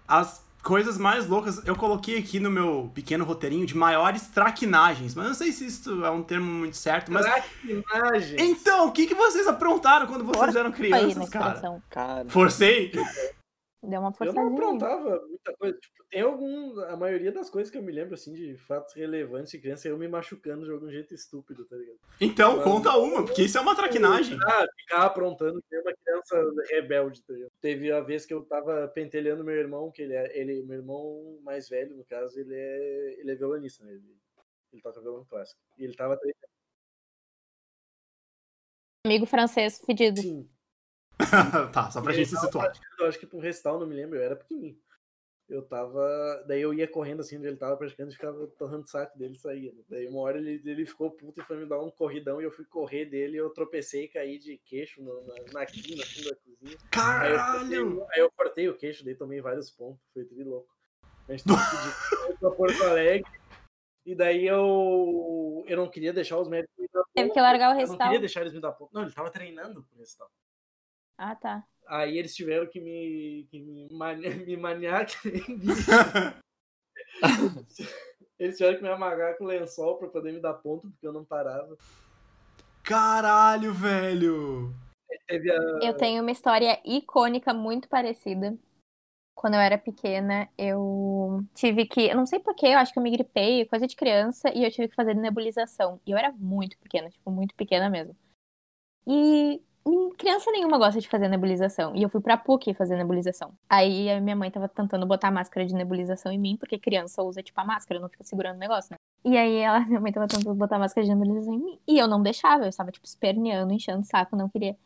A: as coisas mais loucas? Eu coloquei aqui no meu pequeno roteirinho de maiores traquinagens, mas eu não sei se isso é um termo muito certo, mas.
C: Traquinagem.
A: Então, o que, que vocês aprontaram quando vocês eram
E: Foi na
A: crianças, cara?
E: expressão.
B: Cara,
A: Forcei?
E: Deu uma
C: Eu
B: é
C: não
E: forçadinha.
C: aprontava muita coisa. Tipo, tem algum. A maioria das coisas que eu me lembro, assim, de fatos relevantes de criança, eu me machucando de algum jeito estúpido, tá ligado?
A: Então, conta uma, porque isso é uma traquinagem.
C: Ah, ficar aprontando que nem uma criança rebelde, tá ligado? Teve a vez que eu tava pentelhando meu irmão, que ele é. Ele, meu irmão mais velho, no caso, ele é. Ele é violonista, né? Ele, ele toca violão clássico. E ele tava
E: Amigo francês fedido.
C: assim,
A: tá, só pra gente se situar.
C: eu acho que pra um restauro, não me lembro, eu era pequenininho. Eu tava. Daí eu ia correndo assim, onde ele tava praticando e ficava torrando o saco dele e saía. né? Daí uma hora ele, ele ficou puto e foi me dar um corridão e eu fui correr dele e eu tropecei e caí de queixo no- na, na quina, assim, da cozinha. Aí eu, cortei,
A: Caralho!
C: o- aí eu cortei o queixo, daí tomei vários pontos, foi tudo louco. A gente teve que ir pra Porto Alegre. E daí eu. Eu não queria deixar os médicos me dar
E: Teve
C: ponto,
E: que largar
C: Eu
E: o
C: não queria
E: restauro.
C: deixar eles me dar ponto. Não, ele tava treinando pro restauro.
E: Ah, tá.
C: Aí eles tiveram que me, que me, mane, me maniar. que nem bicho. eles tiveram que me amarrar com lençol pra poder me dar ponto, porque eu não parava.
A: Caralho, velho!
C: Teve a-
E: Eu tenho uma história icônica muito parecida. Quando eu era pequena, eu tive que. Eu não sei porquê, eu acho que eu me gripei, coisa de criança, e eu tive que fazer nebulização. E eu era muito pequena, tipo, muito pequena mesmo. E hum, criança nenhuma gosta de fazer nebulização. E eu fui pra PUC fazer nebulização. Aí a minha mãe tava tentando botar a máscara de nebulização em mim, porque criança usa, tipo, a máscara, não fica segurando o negócio, né? E aí ela, minha mãe tava tentando botar a máscara de nebulização em mim. E eu não deixava, eu estava, tipo, esperneando, enchendo o saco, não queria.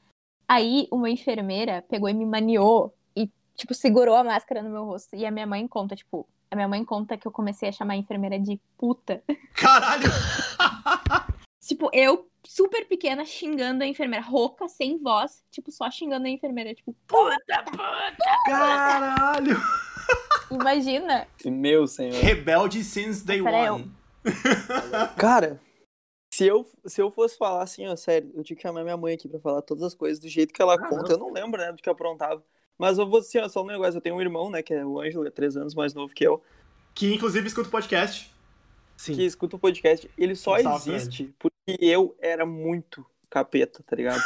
E: Aí uma enfermeira pegou e me maniou e, tipo, segurou a máscara no meu rosto. E a minha mãe conta, tipo, a minha mãe conta que eu comecei a chamar a enfermeira de puta.
A: Caralho!
E: Tipo, eu, super pequena, xingando a enfermeira, rouca, sem voz, tipo, só xingando a enfermeira, tipo, puta, puta.
A: Caralho!
E: Imagina.
B: meu senhor.
A: Rebelde since day
E: Rafael.
A: one.
B: Cara, se eu, se eu fosse falar assim, ó, sério, eu tinha que chamar minha mãe aqui pra falar todas as coisas do jeito que ela
C: Ah,
B: conta. Eu não lembro, né, do que eu aprontava. Mas eu vou assim, ó, só um negócio. Eu tenho um irmão, né, que é o Ângelo, é três anos mais novo que eu.
A: Que inclusive escuta o podcast. Sim.
B: que escuta o podcast, ele só
A: Um salve pra
B: existe porque eu era muito capeta, tá ligado?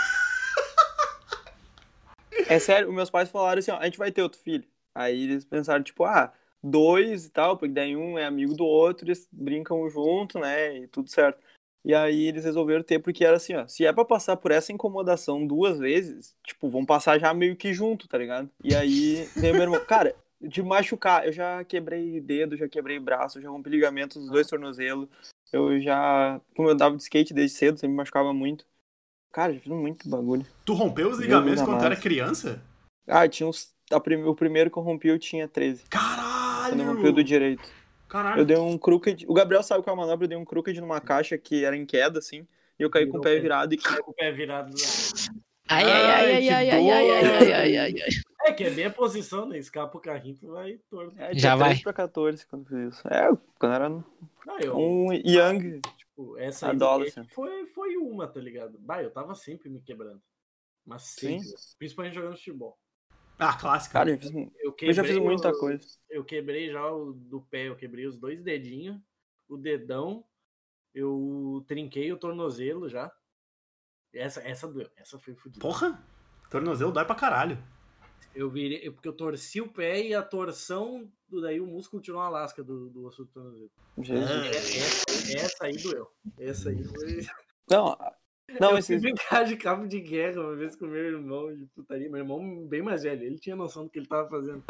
B: é sério, meus pais falaram assim, ó, a gente vai ter outro filho. Aí eles pensaram, tipo, ah, dois e tal, porque daí um é amigo do outro, eles brincam junto, né, e tudo certo. E aí eles resolveram ter, porque era assim, ó, se é pra passar por essa incomodação duas vezes, tipo, vão passar já meio que junto, tá ligado? E aí, veio meu irmão, cara, de machucar, eu já quebrei dedo, já quebrei braço, já rompi ligamento dos dois tornozelos, eu já, como eu andava de skate desde cedo, sempre me machucava muito. Cara, já fiz muito bagulho.
A: Tu rompeu os
B: Meu
A: ligamentos
B: Deus
A: quando tu era
B: amado.
A: criança?
B: Ah, tinha uns, a prim- o primeiro que eu rompi eu tinha 13, quando eu rompi o do
A: Caralho! Ah.
B: direito.
A: Caralho!
B: Eu dei um crooked. O Gabriel sabe qual é a manobra, eu dei um crooked numa caixa que era em queda, assim. E eu caí com o pé virado e.
C: com o pé virado.
D: Ai, ai, ai,
A: Ai,
D: ai,
A: que
D: ai, ai, ai,
A: dor.
D: ai, ai, ai, ai.
C: É que é bem a posição, né? Escapa o carrinho, tu vai torto.
B: É,
D: Já
B: tinha
D: vai.
B: 13 pra 14 quando fiz isso. É, quando era
C: Não, eu,
B: um young.
C: tipo, essa aí do
B: Adolescent.
C: game foi, foi uma, tá ligado? Bah, eu tava sempre me quebrando. Mas
B: Sim.
C: sempre. Principalmente jogando futebol.
A: Ah, clássico.
B: assim. Cara, eu, fiz, mu-
C: Eu,
B: eu já fiz
C: quebrei
B: muita
C: os-
B: coisa.
C: Eu quebrei já o do pé, eu quebrei os dois dedinhos, o dedão, eu trinquei o tornozelo já. Essa, essa doeu, essa foi fodida.
A: Porra! Tornozelo dói pra caralho.
C: Eu virei, eu- porque eu torci o pé e a torção, do, daí o músculo tirou uma lasca do, do osso do tornozelo.
B: Jesus.
C: É, Essa, essa aí doeu. Essa aí foi.
B: Não, a- não
C: eu
B: esse,
C: fui brincar de cabo de guerra uma vez com meu irmão de putaria. Meu irmão bem mais velho, ele tinha noção do que ele tava fazendo.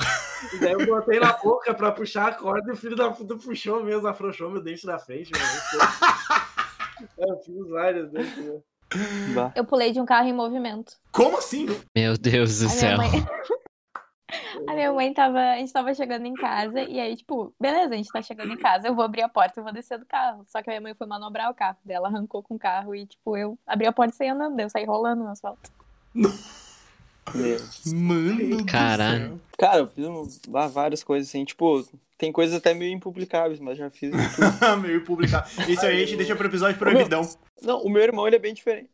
C: E daí eu botei na boca pra puxar a corda e o filho da puta puxou mesmo, afrouxou meu dente da frente. meu. Eu fiz várias dentes. né?
B: bah,
E: Eu pulei de um carro em movimento.
A: Como assim?
D: Meu Deus do
E: A minha
D: céu.
E: mãe. A minha mãe tava. A gente tava chegando em casa e aí, tipo, beleza, a gente tá chegando em casa, eu vou abrir a porta, eu vou descer do carro. Só que a minha mãe foi manobrar o carro dela, arrancou com o carro e, tipo, eu abri a porta e saí andando, eu saí rolando no asfalto.
B: meu.
A: Mano do
D: Caralho.
A: céu.
B: Cara, eu fiz um- vá- várias coisas assim, tipo, tem coisas até meio impublicáveis, mas já fiz.
A: Ah, Meio publicar. Isso aí a gente deixa pro episódio proibidão.
B: Não, o meu irmão, ele é bem diferente.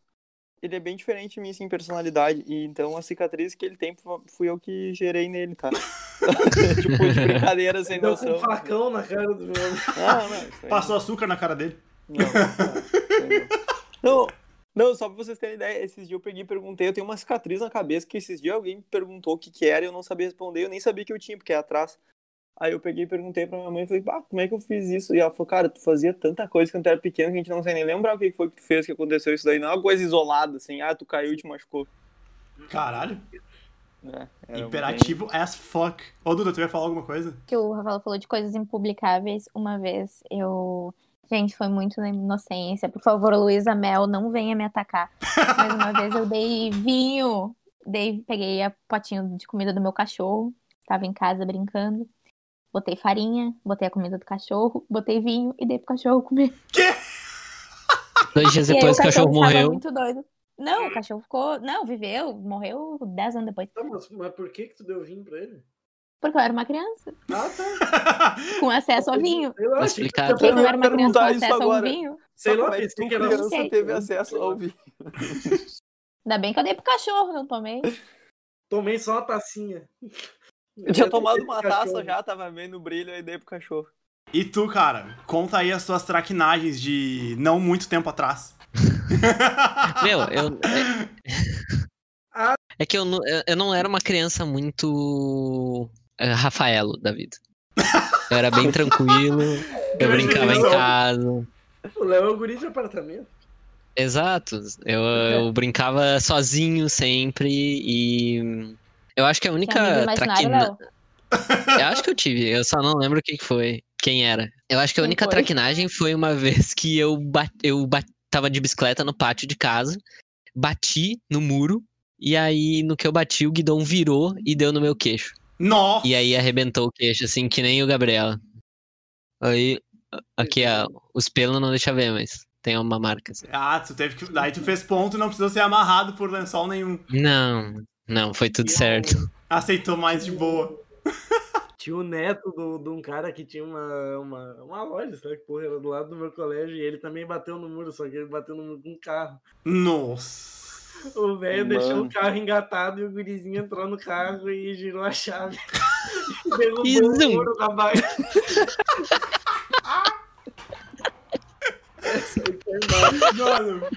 B: Ele é bem diferente de mim, assim, em personalidade. E então a cicatriz que ele tem fu- fui eu que gerei nele, cara. tipo, de brincadeira sem
C: Deu com um
B: noção. né?
C: facão na cara do meu irmão.
B: Não, não, isso aí-
A: Passou açúcar na cara dele.
B: Não, não, não. Não, só pra vocês terem ideia, esses dias eu peguei e perguntei, eu tenho uma cicatriz na cabeça que esses dias alguém me perguntou o que que era e eu não sabia responder, eu nem sabia que eu tinha, porque é atrás. Aí eu peguei e perguntei pra minha mãe, falei, bah, como é que eu fiz isso? E ela falou, cara, tu fazia tanta coisa quando tu era pequeno que a gente não sei nem lembrar o que que foi que tu fez, que aconteceu isso daí, não é uma coisa isolada, assim, ah, tu caiu e te machucou.
A: Caralho.
B: É, era um bem-
A: Imperativo as fuck. Ô, Duda, tu ia falar alguma coisa?
E: Que o Rafael falou de coisas impublicáveis. Uma vez eu. Gente, foi muito na inocência. Por favor, Luísa Mel, não venha me atacar. Mas uma vez eu dei vinho. Dei, peguei a potinho de comida do meu cachorro. Tava em casa brincando. Botei farinha, botei a comida do cachorro, botei vinho e dei pro cachorro comer.
D: Dois dias
E: E aí
D: depois o cachorro
E: estava
D: morreu.
E: muito doido. Não, o cachorro ficou. Não, viveu, morreu 10 anos depois.
C: Tá, mas, mas por que que tu deu vinho pra ele?
E: Porque eu era uma criança,
C: Ah, tá.
E: com acesso ao É vinho.
C: Sei lá,
D: Tá
C: achei-
D: explicado.
E: Quem não
B: ia
E: era uma criança com
B: perguntar isso
E: acesso ao
B: agora.
E: vinho?
C: sei
B: Só
C: lá,
B: como é que
C: pensei
B: tu,
C: que era
B: criança,
E: sei.
B: teve acesso ao vídeo.
E: Ainda bem que eu dei pro cachorro, não tomei.
C: Tomei só uma tacinha.
B: Eu tinha tomado uma taça já, tava meio no brilho, aí dei pro cachorro.
A: E tu, cara, conta aí as tuas traquinagens de não muito tempo atrás.
D: Meu, eu.
C: Ah.
D: É que eu, nu- eu- eu não era uma criança muito. eh, Rafaelo da vida. Eu era bem tranquilo, eu
A: Grande
D: brincava em
A: visão.
D: casa.
C: O Léo é o guri de apartamento.
D: Exato, eu,
E: Uhum.
D: eu brincava sozinho sempre e. Eu acho que a
E: Tinha amigo
D: única
E: imaginário,
D: traquina...
E: Léo.
D: Eu acho que eu tive, eu só não lembro quem que foi, quem era. Eu acho que a
E: Quem
D: única
E: foi?
D: traquinagem foi uma vez que eu, ba- eu ba- tava de bicicleta no pátio de casa, bati no muro, e aí no que eu bati, o guidão virou e deu no meu queixo.
A: Nossa!
D: E aí é- arrebentou o queixo, assim, que nem o Gabriela. Aí, aqui, ó, os pelos não deixa ver, mas tem uma marca. Assim.
A: Ah, tu teve que. Daí tu fez ponto e não precisou ser amarrado por lençol nenhum.
D: Não, não, foi tudo
C: Tinha
D: certo.
A: Aceitou mais de boa.
C: Tinha o neto do- de um cara que tinha uma, uma, uma loja, sabe? Que porra, era do lado do meu colégio e ele também bateu no muro, só que ele bateu no muro com um carro.
A: Nossa!
C: O velho
B: Mano.
C: deixou o carro engatado e o gurizinho entrou no carro e girou a chave. E
D: E
C: Derrubou o
D: zum.
C: muro da bike. Essa aí foi mal.
A: Mano,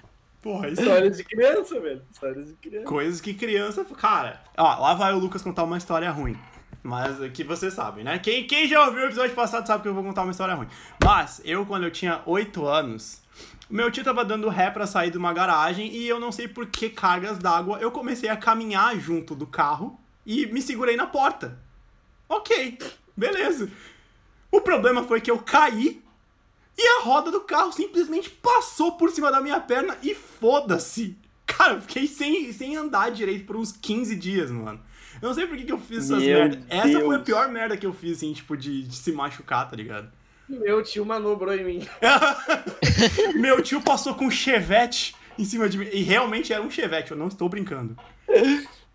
A: porra, isso é
C: Histórias de criança, velho. Histórias de criança.
A: Coisas que criança. Cara, ó, lá vai o Lucas contar uma história ruim. Mas é que vocês sabem, né? Quem, quem já ouviu o episódio passado sabe que eu vou contar uma história ruim. Mas eu, quando eu tinha 8 anos, meu tio tava dando ré pra sair de uma garagem e eu não sei por que cargas d'água eu comecei a caminhar junto do carro e me segurei na porta. Ok, beleza. O problema foi que eu caí e a roda do carro simplesmente passou por cima da minha perna e foda-se. Cara, eu fiquei sem, sem andar direito por uns 15 dias, mano. Eu não sei por que, que eu fiz essas
B: Meu
A: merdas. Essa foi a
B: Deus.
A: pior merda que eu fiz, assim, tipo, de, de se machucar, tá ligado?
C: Meu tio manobrou em mim.
A: Meu tio passou com um chevette em cima de mim. E realmente era um chevette, eu não estou brincando.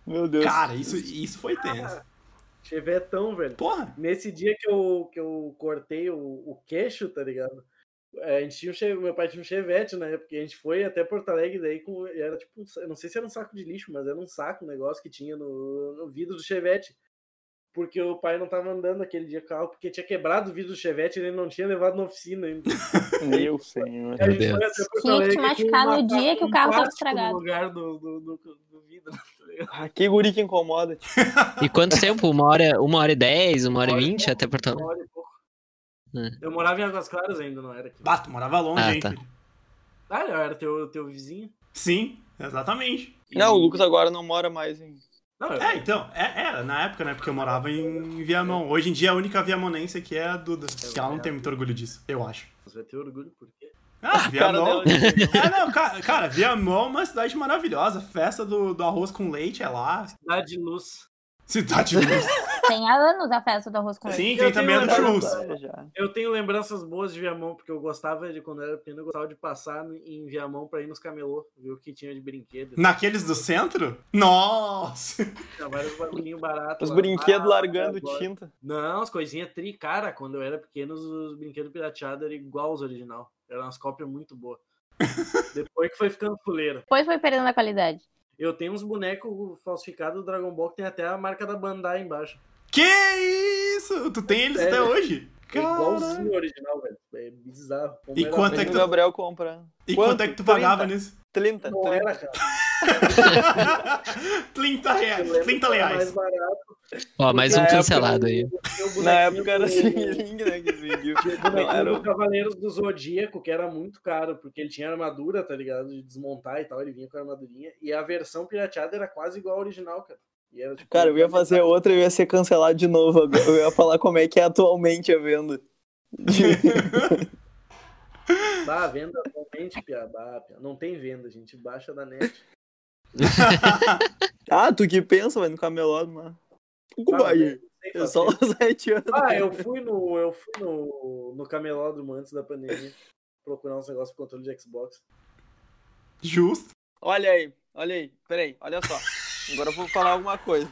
B: Meu Deus.
A: Cara, isso, isso foi tenso.
C: Chevetão, velho.
A: Porra,
C: Nesse dia que eu, que eu cortei o, o queixo, tá ligado? É, A gente tinha um Chevette, meu pai tinha um Chevette na época, e a gente foi até Porto Alegre, daí com, e era tipo, um sa- eu não sei se era um saco de lixo, mas era um saco, um negócio que tinha no, no vidro do Chevette. Porque o pai não tava andando aquele dia com o carro, porque tinha quebrado o vidro do Chevette e ele não tinha levado na oficina ainda.
B: Meu senhor.
C: A gente
D: Deus.
C: foi até Porto
E: Tinha que te
C: Alegre com
E: machucar no
C: uma-
E: dia que o
C: um
E: carro tava
C: plástico
E: estragado.
C: No lugar do, do, do, do vidro. tá ligado?
B: Ah, que guri que incomoda. tio.
D: E quanto tempo? Uma hora, uma hora e dez, uma hora e
C: Uma hora e
D: vinte
C: pouco,
D: até Porto Alegre?
C: uma hora e pouco.
D: É.
C: Eu morava em Águas Claras ainda, não era aqui.
A: bato, morava longe,
D: Ah,
A: hein?
D: tá.
A: filho?
C: Ah, eu era teu, teu vizinho.
A: Sim, exatamente.
B: Não, o Lucas agora não mora mais em.
C: Não, eu-
A: É, então, é- era na época, né? Porque eu morava em Viamão. Hoje em dia a única viamonense aqui é a Duda. Que ela não tem muito orgulho disso, eu acho.
C: Você vai ter orgulho, por quê?
A: Ah,
B: Cara
A: Viamão.
B: dela.
A: É, não, cara, cara, Viamão é uma cidade maravilhosa. Festa do, do arroz com leite é lá.
C: Dá de luz.
A: Cidade luz.
E: Tem há anos a festa do arroz com leite.
A: Sim,
C: Eu
A: tem também a
C: tenho
A: do
C: uma
A: churros.
C: pergunta.
B: É, já.
C: Eu tenho lembranças boas de Viamão, porque eu gostava de, quando eu era pequeno, eu gostava de passar em Viamão pra ir nos camelô, ver o que tinha de brinquedo.
A: Naqueles do centro? Nossa!
C: Tinha vários barulhinhos baratos.
B: Os
C: lá.
B: brinquedos
C: Ah,
B: largando
C: agora-
B: tinta.
C: Não, as coisinhas tri. Cara, quando eu era pequeno, os- os brinquedos pirateados eram igual aos original. Eram umas cópias muito boas. Depois que foi ficando fuleira.
E: Depois foi perdendo a qualidade.
C: Eu tenho uns bonecos falsificados do Dragon Ball que tem até a marca da Bandai embaixo.
A: Que isso? Tu tem eles até
C: Sério?
A: hoje?
C: É
A: Cara.
C: igualzinho ao original, velho. É bizarro. Como
A: E
C: era
A: quanto é
C: bom.
A: que
B: o
A: tu-
B: Gabriel comprando.
A: E quanto é que tu pagava nisso?
B: 30.
C: Não era, cara.
A: 30
C: Eu
A: reais.
C: lembro
A: 30
B: tá
C: que
A: É,
C: era mais
A: reais.
C: barato.
D: Ó, mais
B: Na
D: um
B: época,
D: cancelado
C: Tinha
D: aí.
C: o bonequinho
B: Na época era
C: do-
B: assim, né? Que vendiu.
C: tinha o
B: Não,
C: bonequinho
B: era
C: do
B: o-
C: Cavaleiros do Zodíaco, que era muito caro, porque ele tinha armadura, tá ligado? De desmontar e tal, ele vinha com a armadurinha. E a versão pirateada era quase igual ao original, cara. E era, tipo,
B: Cara, eu ia fazer outra e eu ia ser cancelado de novo. agora. Eu ia falar como é que é atualmente a venda.
C: Bah, a venda atualmente, piá, bah, piá. Não tem venda, gente. Baixa da net.
B: Ah, tu que pensa, vai no camelô lá. Como
C: Fala,
B: aí?
C: velho, não sei
B: Eu É só
C: fazer.
B: aos 7 anos.
C: Ah, eu fui no, eu fui no, no camelódromo antes da pandemia procurar uns negócios pro controle de Xbox.
A: Justo.
B: Olha aí, olha aí. Peraí, olha só. Agora eu vou falar alguma coisa.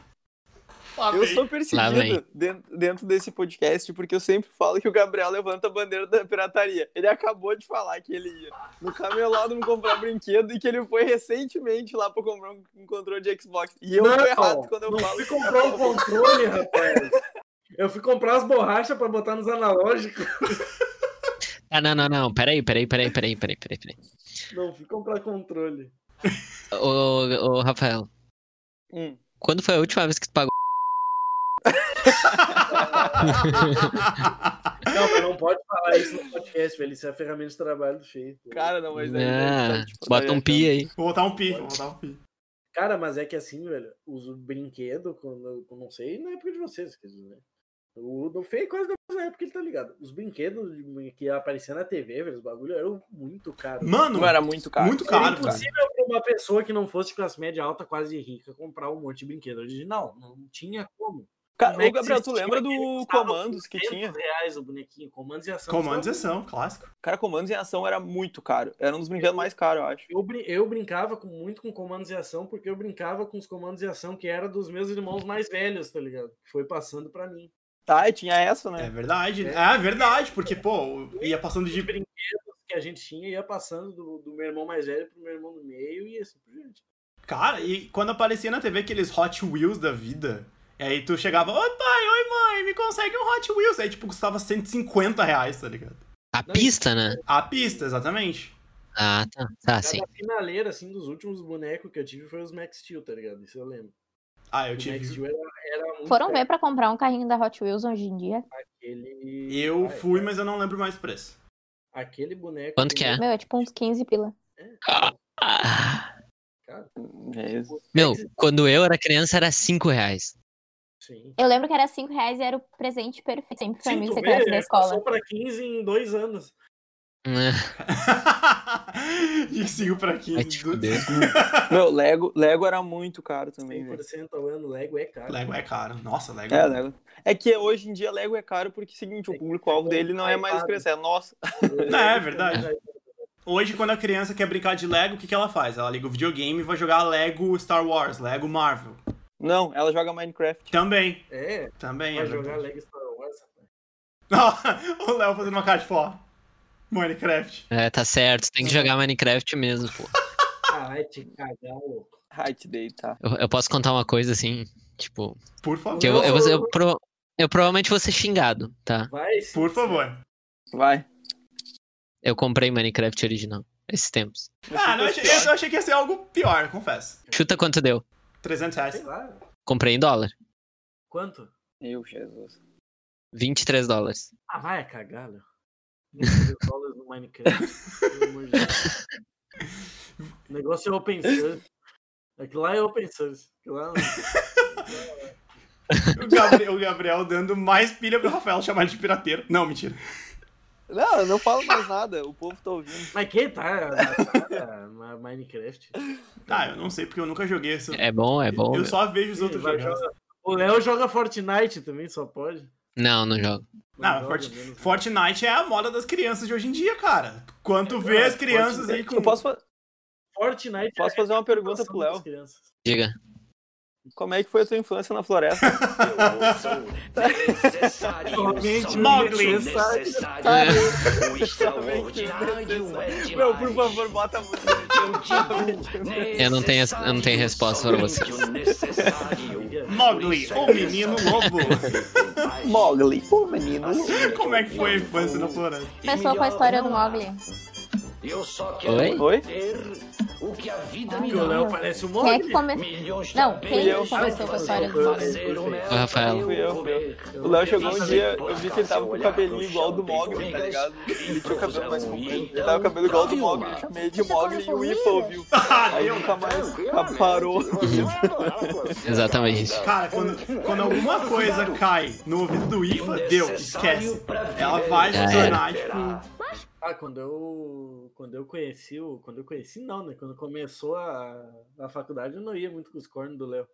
B: Eu sou
D: Lá vem.
B: perseguido dentro, dentro desse podcast porque eu sempre falo que o Gabriel levanta a bandeira da pirataria. Ele acabou de falar que ele ia no camelódromo comprar brinquedo e que ele foi recentemente lá pra comprar um, um controle de Xbox. E eu
C: Não,
B: tô errado quando eu
C: não
B: falo.
C: fui um comprar o controle, rapaz. Eu fui comprar as borrachas pra botar nos analógicos.
D: Ah, não, não, não. Peraí, peraí, peraí, peraí, peraí, peraí. peraí.
C: Não fui comprar controle.
D: Ô, ô, Rafael,
B: Hum.
D: quando foi a última vez que tu pagou?
C: Não, mas não pode falar isso no podcast, velho. Isso é a ferramenta de trabalho do né? feio.
B: Cara, não, mas aí.
D: Ah,
B: tá, tipo,
D: bota
B: tá
D: um pi aí.
A: Vou botar um pi, vou botar um pi.
C: Cara, mas é que assim, velho, os brinquedos, quando eu não sei, na época de vocês, quer dizer, né? O do feio quase não na época ele tá ligado. Os brinquedos de- que apareciam na TV, velho, os bagulhos eram muito caros.
A: Mano,
B: Não era muito caro.
A: muito
C: Era
A: caro, cara.
C: impossível pra uma pessoa que não fosse de classe média alta, quase rica, comprar um monte de brinquedo original. Não tinha como.
B: Cara,
C: Como é
B: ô
C: que
B: Gabriel, tu
C: existia
B: lembra
C: aquele
B: do
C: custava
B: Comandos que
C: 200
B: tinha?
C: reais o bonequinho, comandos e ação.
A: Comandos e ação, clássico.
B: Cara, Comandos em Ação era muito caro. Era um dos brinquedos mais caros, eu acho.
C: Eu, brin- eu brincava com, muito com comandos e ação, porque eu brincava com os comandos e ação que era dos meus irmãos mais velhos, tá ligado? Que Foi passando pra mim.
B: Tá, e tinha essa, né?
A: É verdade. É verdade, porque, pô, ia passando
C: de
A: de.
C: brinquedos que a gente tinha ia passando do, do meu irmão mais velho pro meu irmão no meio e assim por diante.
A: Cara, e quando aparecia na TV aqueles Hot Wheels da vida, e aí tu chegava, oi pai, oi mãe, me consegue um Hot Wheels. Aí, tipo, custava 150 reais, tá ligado?
D: A pista, né?
A: A pista, exatamente.
D: Ah, tá. Tá,
C: Cara,
D: sim.
C: a finaleira, assim, dos últimos bonecos que eu tive foi os Max Steel, tá ligado? Isso eu lembro.
A: Ah, eu
C: o Max
A: tive.
C: Steel era, era muito
E: Foram
C: caro.
E: ver pra comprar um carrinho da Hot Wheels hoje em dia.
C: Aquele...
A: Eu
C: Ah, é,
A: fui,
C: cara,
A: mas eu não lembro mais o preço.
C: Aquele boneco...
D: Quanto que é?
E: Meu, é tipo uns 15 pila.
C: é,
D: Ah,
B: É isso.
D: Meu, quando eu era criança era 5 reais.
C: Sim.
E: Eu lembro que era 5 reais e era o presente perfeito. Sempre foi amigo
C: tu
E: secreto
C: vê, é,
E: da escola.
C: Passou pra 15 em dois anos.
D: Né?
A: De 5 pra 15.
D: Vai te
A: do-
D: fuder.
B: Meu, Lego, Lego era muito caro também, velho.
C: 100% ao ano, Lego é caro.
A: Lego é caro. Nossa, Lego.
B: É, Lego. É que hoje em dia Lego é caro porque, seguinte, o público-alvo dele não é mais crescer, é nossa.
A: Não, é verdade. Hoje, quando a criança quer brincar de Lego, o que, que ela faz? Ela liga o videogame e vai jogar Lego Star Wars, Lego Marvel.
B: Não, ela joga Minecraft.
A: Também,
C: É,
A: também.
C: vai
A: é
C: jogar
A: verdade.
C: Lego Star Wars. rapaz.
A: Não, o Léo fazendo uma cara de ó. Minecraft.
D: É, tá certo. Tem que jogar Minecraft mesmo, pô.
C: Ah, vai te cagar, louco.
B: Ai, te tá. deitar.
D: Eu, eu posso contar uma coisa assim, tipo.
A: Por favor.
D: Que eu, eu, vou- eu pro- eu provavelmente vou ser xingado, tá?
C: Vai se
A: Por favor.
B: Vai.
D: Eu comprei Minecraft original esses tempos.
A: Ah, não, eu, achei, eu achei que ia ser algo pior, confesso.
D: Chuta quanto deu?
A: 300
C: Sei
A: reais.
C: lá.
D: Comprei em dólar.
C: Quanto?
B: Meu Jesus.
D: 23 dólares.
C: Ah, vai cagar, Léo. 23 dólares no Minecraft. Pelo amor de Deus. O negócio é open source. Aquilo lá é open source. Aquilo lá é um-
A: O Gabriel, o Gabriel dando mais pilha pro Rafael chamar de pirateiro. Não, mentira.
B: Não, eu não falo mais nada. O povo tá ouvindo.
C: Mas quem tá? tá, ma- Minecraft.
A: Ah, eu não sei porque eu nunca joguei isso.
D: É bom, é bom.
A: eu
D: meu.
A: só vejo os outros
C: Vai
A: jogando.
C: jogar- O Léo joga Fortnite também, só pode.
D: Não, não jogo.
A: Não,
C: joga,
A: Fort-
C: menos.
A: Fortnite é a moda das crianças de hoje em dia, cara.
C: É
A: Quanto vê as crianças aí com.
C: tipo
B: Eu posso, fa-
C: Fortnite. é
B: posso fazer uma pergunta pro Léo?
D: Diga.
B: Como é que foi a tua infância na floresta?
C: Realmente,
A: Mogli.
F: um é
B: Meu, por favor, bota a música.
D: Eu não tenho essa- eu não tenho resposta pra vocês.
F: é
A: Mogli, o menino lobo.
F: né?
B: Mogli, o menino.
A: Como é que foi a infância na floresta?
E: Começou com a história do Mogli.
F: Eu só quero
D: Oi?
B: Oi?
F: ter o que a vida me
C: Porque o
F: dá.
C: Léo parece um
E: Quem é
C: monte.
E: que começou?
F: Milhões de
E: Não,
F: abelhas
E: quem
B: eu.
E: começou com a história do
C: Foi eu.
E: Mogli?
F: fazer o mel
D: Foi o Rafael.
F: pra eu
B: Fui eu, fui eu.
F: comer.
B: O Léo chegou um dia, eu vi que ele tava com o cabelinho igual ao do Mogli, tá ligado? Ele tinha o cabelo mais comprido, ele tava com o tá cabelo igual ao do Mogli, eu chamei de Mogli e o Ifa ouviu. Aí nunca mais parou.
D: Exatamente.
B: É
A: Cara, quando, quando alguma coisa cai no ouvido do
F: um
A: Ifa, deu, esquece. Ela vai se
D: Já
B: É,
A: tornar, tipo.
C: Ah, quando eu. Quando eu conheci o. Quando eu conheci, não, né? Quando começou a, a faculdade, eu não ia muito com os cornos do Léo.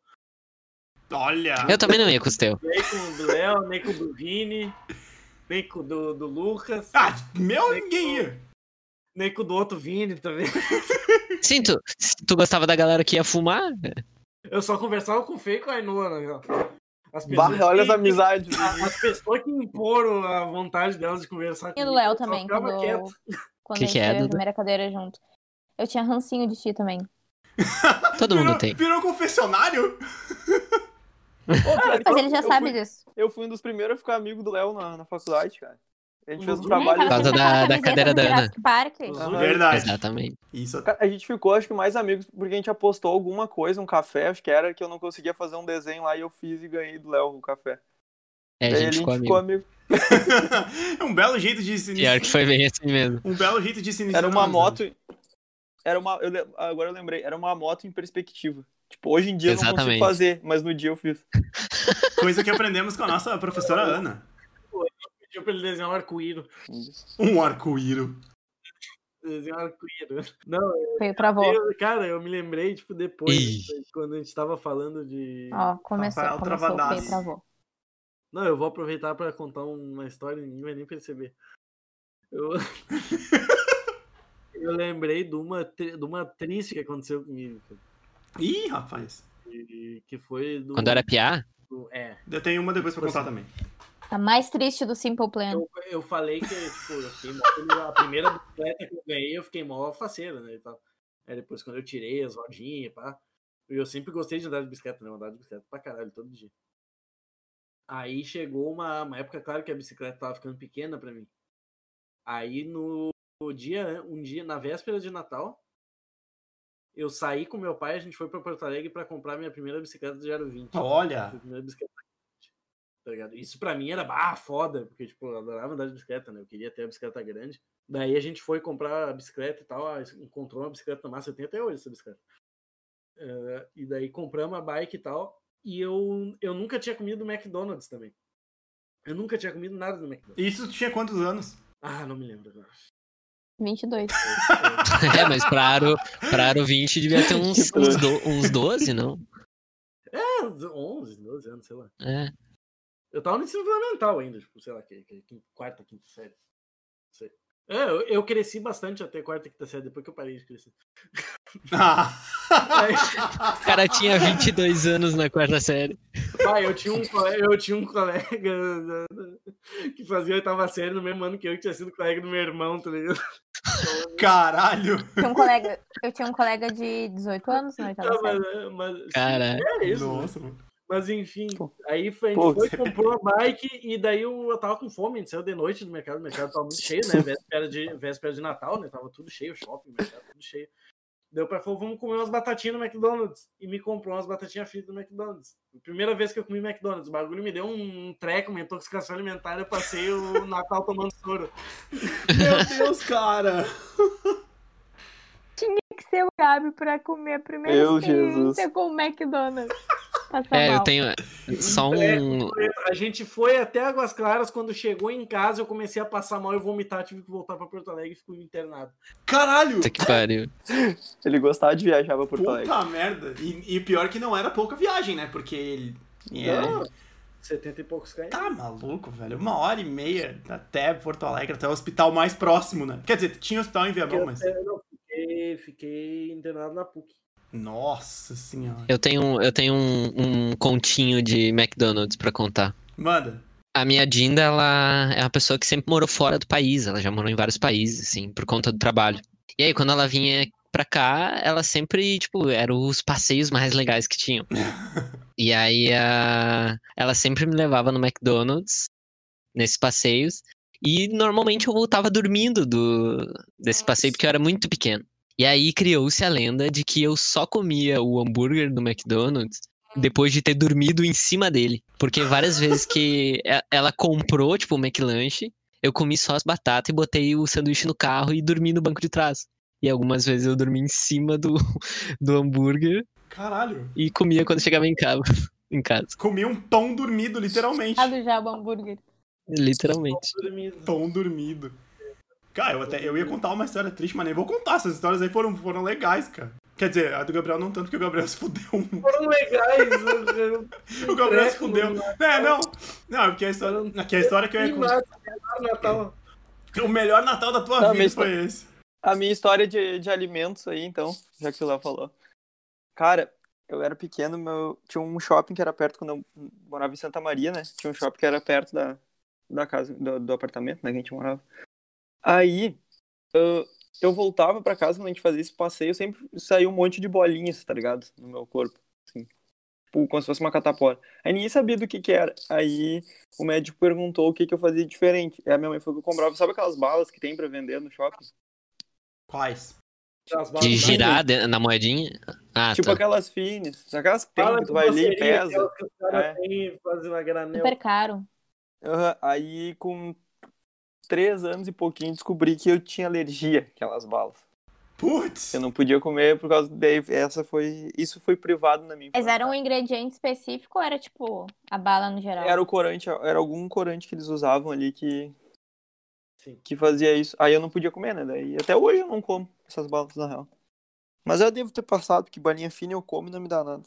A: Olha!
D: Eu também não ia com os teus.
C: Nem com o do Léo, nem com o do Vini, nem com o do, do Lucas,
A: Ah, meu, ninguém ia.
C: nem com o do outro Vini também.
D: Sim, tu, tu gostava da galera que ia fumar?
C: Eu só conversava com o Fê e com a Ainhoa, né? ó. As
B: Barra, olha as
C: que-
B: amizades.
C: As pessoas que imporam a vontade delas de conversar
E: E
C: comigo.
E: o Léo
C: eu só
E: também,
C: ficava
E: quando,
C: quieto.
E: quando
D: Que
E: a gente
D: que é,
E: teve a
D: Duda?
E: primeira cadeira junto. Eu tinha rancinho de ti também.
D: Todo
A: Virou,
D: mundo tem.
A: virou confessionário?
E: Mas ele já sabe disso.
B: Eu fui um dos primeiros a ficar amigo do Léo na, na faculdade, cara. A gente fez um
C: Por
B: trabalho.
E: Por
D: causa
E: causa
D: da- da cadeira da Ana.
E: Jurassic Park.
C: Aham.
A: Verdade.
D: Exatamente.
A: Isso.
B: Cara, A gente ficou, acho que mais amigos, porque a gente apostou alguma coisa, um café, acho que era, que eu não conseguia fazer um desenho lá e eu fiz e ganhei do Léo o café.
D: É, a
B: Daí
D: gente ficou amigo.
B: amigo.
A: É um belo jeito de se
D: Pior que
A: iniciar.
D: foi bem assim mesmo.
A: Um belo jeito de se iniciar.
B: Era uma
A: no-
B: moto. Era uma. eu le- agora eu lembrei, era uma moto em perspectiva. Tipo, hoje em dia eu não
D: Exatamente.
B: consigo fazer, mas no dia eu fiz.
A: Coisa que aprendemos com a nossa professora Ana.
C: Pediu pra ele desenhar um arco-íro.
A: Um arco-íro.
C: Desenhar um arco-íro. Não,
E: Foi o travou.
C: eu- cara, eu me lembrei, tipo, depois,
D: Ih.
C: quando a gente tava falando de.
E: Ó, começou,
A: Rafael
E: começou,
A: Travadassi.
E: foi travou.
C: Não, eu vou aproveitar pra contar uma história, ninguém vai nem perceber. Eu, eu lembrei de uma, tri- de uma triste que aconteceu comigo, cara,
A: Ih, rapaz.
C: que, que foi do.
D: Quando era piá,
C: do- é,
A: Eu tenho uma depois pra contar também.
E: A Tá mais triste do Simple Plan.
C: Eu, eu falei que, tipo, eu fiquei mó feliz. a primeira bicicleta que eu ganhei, eu fiquei mó faceira, né? e tal. Aí depois, quando eu tirei as rodinhas, pá. E eu sempre gostei de andar de bicicleta, né? Eu andava de bicicleta pra caralho, todo dia. Aí chegou uma, uma época, claro que a bicicleta tava ficando pequena pra mim. Aí no dia, an- um dia, na véspera de Natal, eu saí com meu pai, a gente foi pra Porto Alegre pra comprar minha primeira bicicleta de aro 20. Foi
A: Olha.
C: a primeira bicicleta que eu tive, tá ligado? Isso pra mim era bah, foda, porque tipo, eu adorava andar de bicicleta, né? Eu queria ter a bicicleta grande. Daí a gente foi comprar a bicicleta e tal, ah, encontrou uma bicicleta massa, eu tenho até hoje essa bicicleta. Eh, e daí compramos a bike e tal, e eu, eu nunca tinha comido McDonald's também. Eu nunca tinha comido nada do McDonald's.
A: Isso tinha quantos anos?
C: Ah, não me lembro agora.
E: 22.
D: é, mas pra aro, pra aro 20 devia ter uns,
B: Que
D: uns, do- uns 12, não?
C: É, 11, 12 anos, sei lá.
D: É.
C: Eu tava no ensino fundamental ainda, tipo, sei lá, que, que- que- quarta, quinta série. Não sei. É, eu, eu cresci bastante até quarta, quinta série, depois que eu parei de crescer.
D: O cara tinha 22 anos na quarta série.
C: Pai, eu tinha um colega, eu tinha um colega da- da- que fazia oitava série no mesmo ano que eu, que tinha sido colega do meu irmão, tá ligado?
A: Caralho!
E: Tinha um colega, eu tinha um colega de 18 anos né, na oitava
C: Tá,
E: série.
C: mas, mas-
D: Cara.
C: é isso. né?
A: Nossa, mano.
C: Mas enfim, aí foi, a gente
B: Pô,
C: foi, comprou a bike e daí eu, eu tava com fome, a gente saiu de noite do mercado, o mercado tava muito cheio, né? Véspera de, véspera de Natal, né? Tava tudo cheio, shopping, mercado tudo cheio. Deu pra falou, vamos comer umas batatinhas no McDonald's. E me comprou umas batatinhas fritas no McDonald's. Primeira vez que eu comi McDonald's, o bagulho me deu um treco, uma intoxicação alimentar, eu passei o Natal tomando soro.
A: Meu Deus, cara!
E: Tinha que ser o Gabi pra comer a primeira
B: Meu
E: experiência
B: Jesus.
E: com o McDonald's. Passar
D: É, eu
E: Tá mal.
D: tenho só um.
C: A gente foi até Águas Claras, quando chegou em casa, eu comecei a passar mal e vomitar, tive que voltar pra Porto Alegre e fui internado.
A: Caralho!
D: Puta que pariu.
B: Ele gostava de viajar pra Porto Alegre.
A: Puta merda! E, e pior é que não era pouca viagem, né? Porque ele.
B: É.
C: Então, 70 e poucos km.
A: Tá maluco, velho. Uma hora e meia até Porto Alegre, até o hospital mais próximo, né? Quer dizer, tinha hospital em
C: Porque
A: Viamão,
C: eu-
A: mas.
C: eu não, fiquei, fiquei internado na PUC.
A: Nossa senhora.
D: Eu tenho, eu tenho um, um continho de McDonald's pra contar.
A: Manda.
D: A minha Dinda, ela é uma pessoa que sempre morou fora do país. Ela já morou em vários países, assim, por conta do trabalho. E aí, quando ela vinha pra cá, ela sempre, tipo, eram os passeios mais legais que tinham. E aí, a... ela sempre me levava no McDonald's, nesses passeios. E normalmente eu voltava dormindo do... desse passeio, porque eu era muito pequeno. E aí criou-se a lenda de que eu só comia o hambúrguer do McDonald's depois de ter dormido em cima dele. Porque várias vezes que e- ela comprou, tipo, o McLanche, eu comi só as batatas e botei o sanduíche no carro e dormi no banco de trás. E algumas vezes eu dormi em cima do, do hambúrguer
A: Caralho.
D: e comia quando chegava em casa. Em casa,
A: Comi um pão dormido, literalmente.
E: Ah, do Jabo Hambúrguer.
C: Tipo,
D: literalmente.
A: Pão dormido. Cara, eu, até, eu ia contar uma história triste, mas nem vou contar. Essas histórias aí foram, foram legais, cara. Quer dizer, a do Gabriel não tanto, porque o Gabriel se fudeu. um-
C: Foram legais. eu- eu-
A: O Gabriel se
C: treco
A: fudeu.
C: no
A: É, não. Não, é porque a história, é que a história que eu ia
C: E
A: contar.
C: mais, melhor Natal.
A: O melhor Natal da tua
B: Não,
A: vida
B: mas-
A: foi esse.
B: A minha história de, de alimentos aí, então, já que o Léo falou. Cara, eu era pequeno, meu, tinha um shopping que era perto, quando eu morava em Santa Maria, né? Tinha um shopping que era perto da, da casa, do, do apartamento, né? Que a gente morava. Aí, eu, eu voltava pra casa, quando a gente fazia esse passeio, sempre saía um monte de bolinhas, tá ligado? No meu corpo, assim. Tipo, como se fosse uma catapora. Aí ninguém sabia do que que era. Aí o médico perguntou o que que eu fazia diferente. Aí a minha mãe falou que eu comprava, sabe aquelas balas que tem pra vender no shopping?
A: Quais?
C: As balas-
D: De girar de- na moedinha? Ah,
B: tipo
D: tá.
B: aquelas finas, sabe aquelas que tem um
C: Bala
B: que
C: de
B: tu vai ali e
C: doceria,
B: pesa.
C: aquelas que os caras
B: É.
C: têm fazendo a granel.
E: Super caro.
B: Aham, Aí com três anos e pouquinho descobri que eu tinha alergia àquelas balas.
A: Putz!
B: Eu não podia comer por causa daí. Essa foi, isso foi privado na minha.
E: Mas
B: infância.
E: era um ingrediente específico ou era tipo a bala no geral?
B: Era o corante, era algum corante que eles usavam ali que
C: Sim.
B: que fazia isso. Aí eu não podia comer, né? Daí até hoje eu não como essas balas na real. Mas eu devo ter passado que balinha fina eu como e não me dá nada.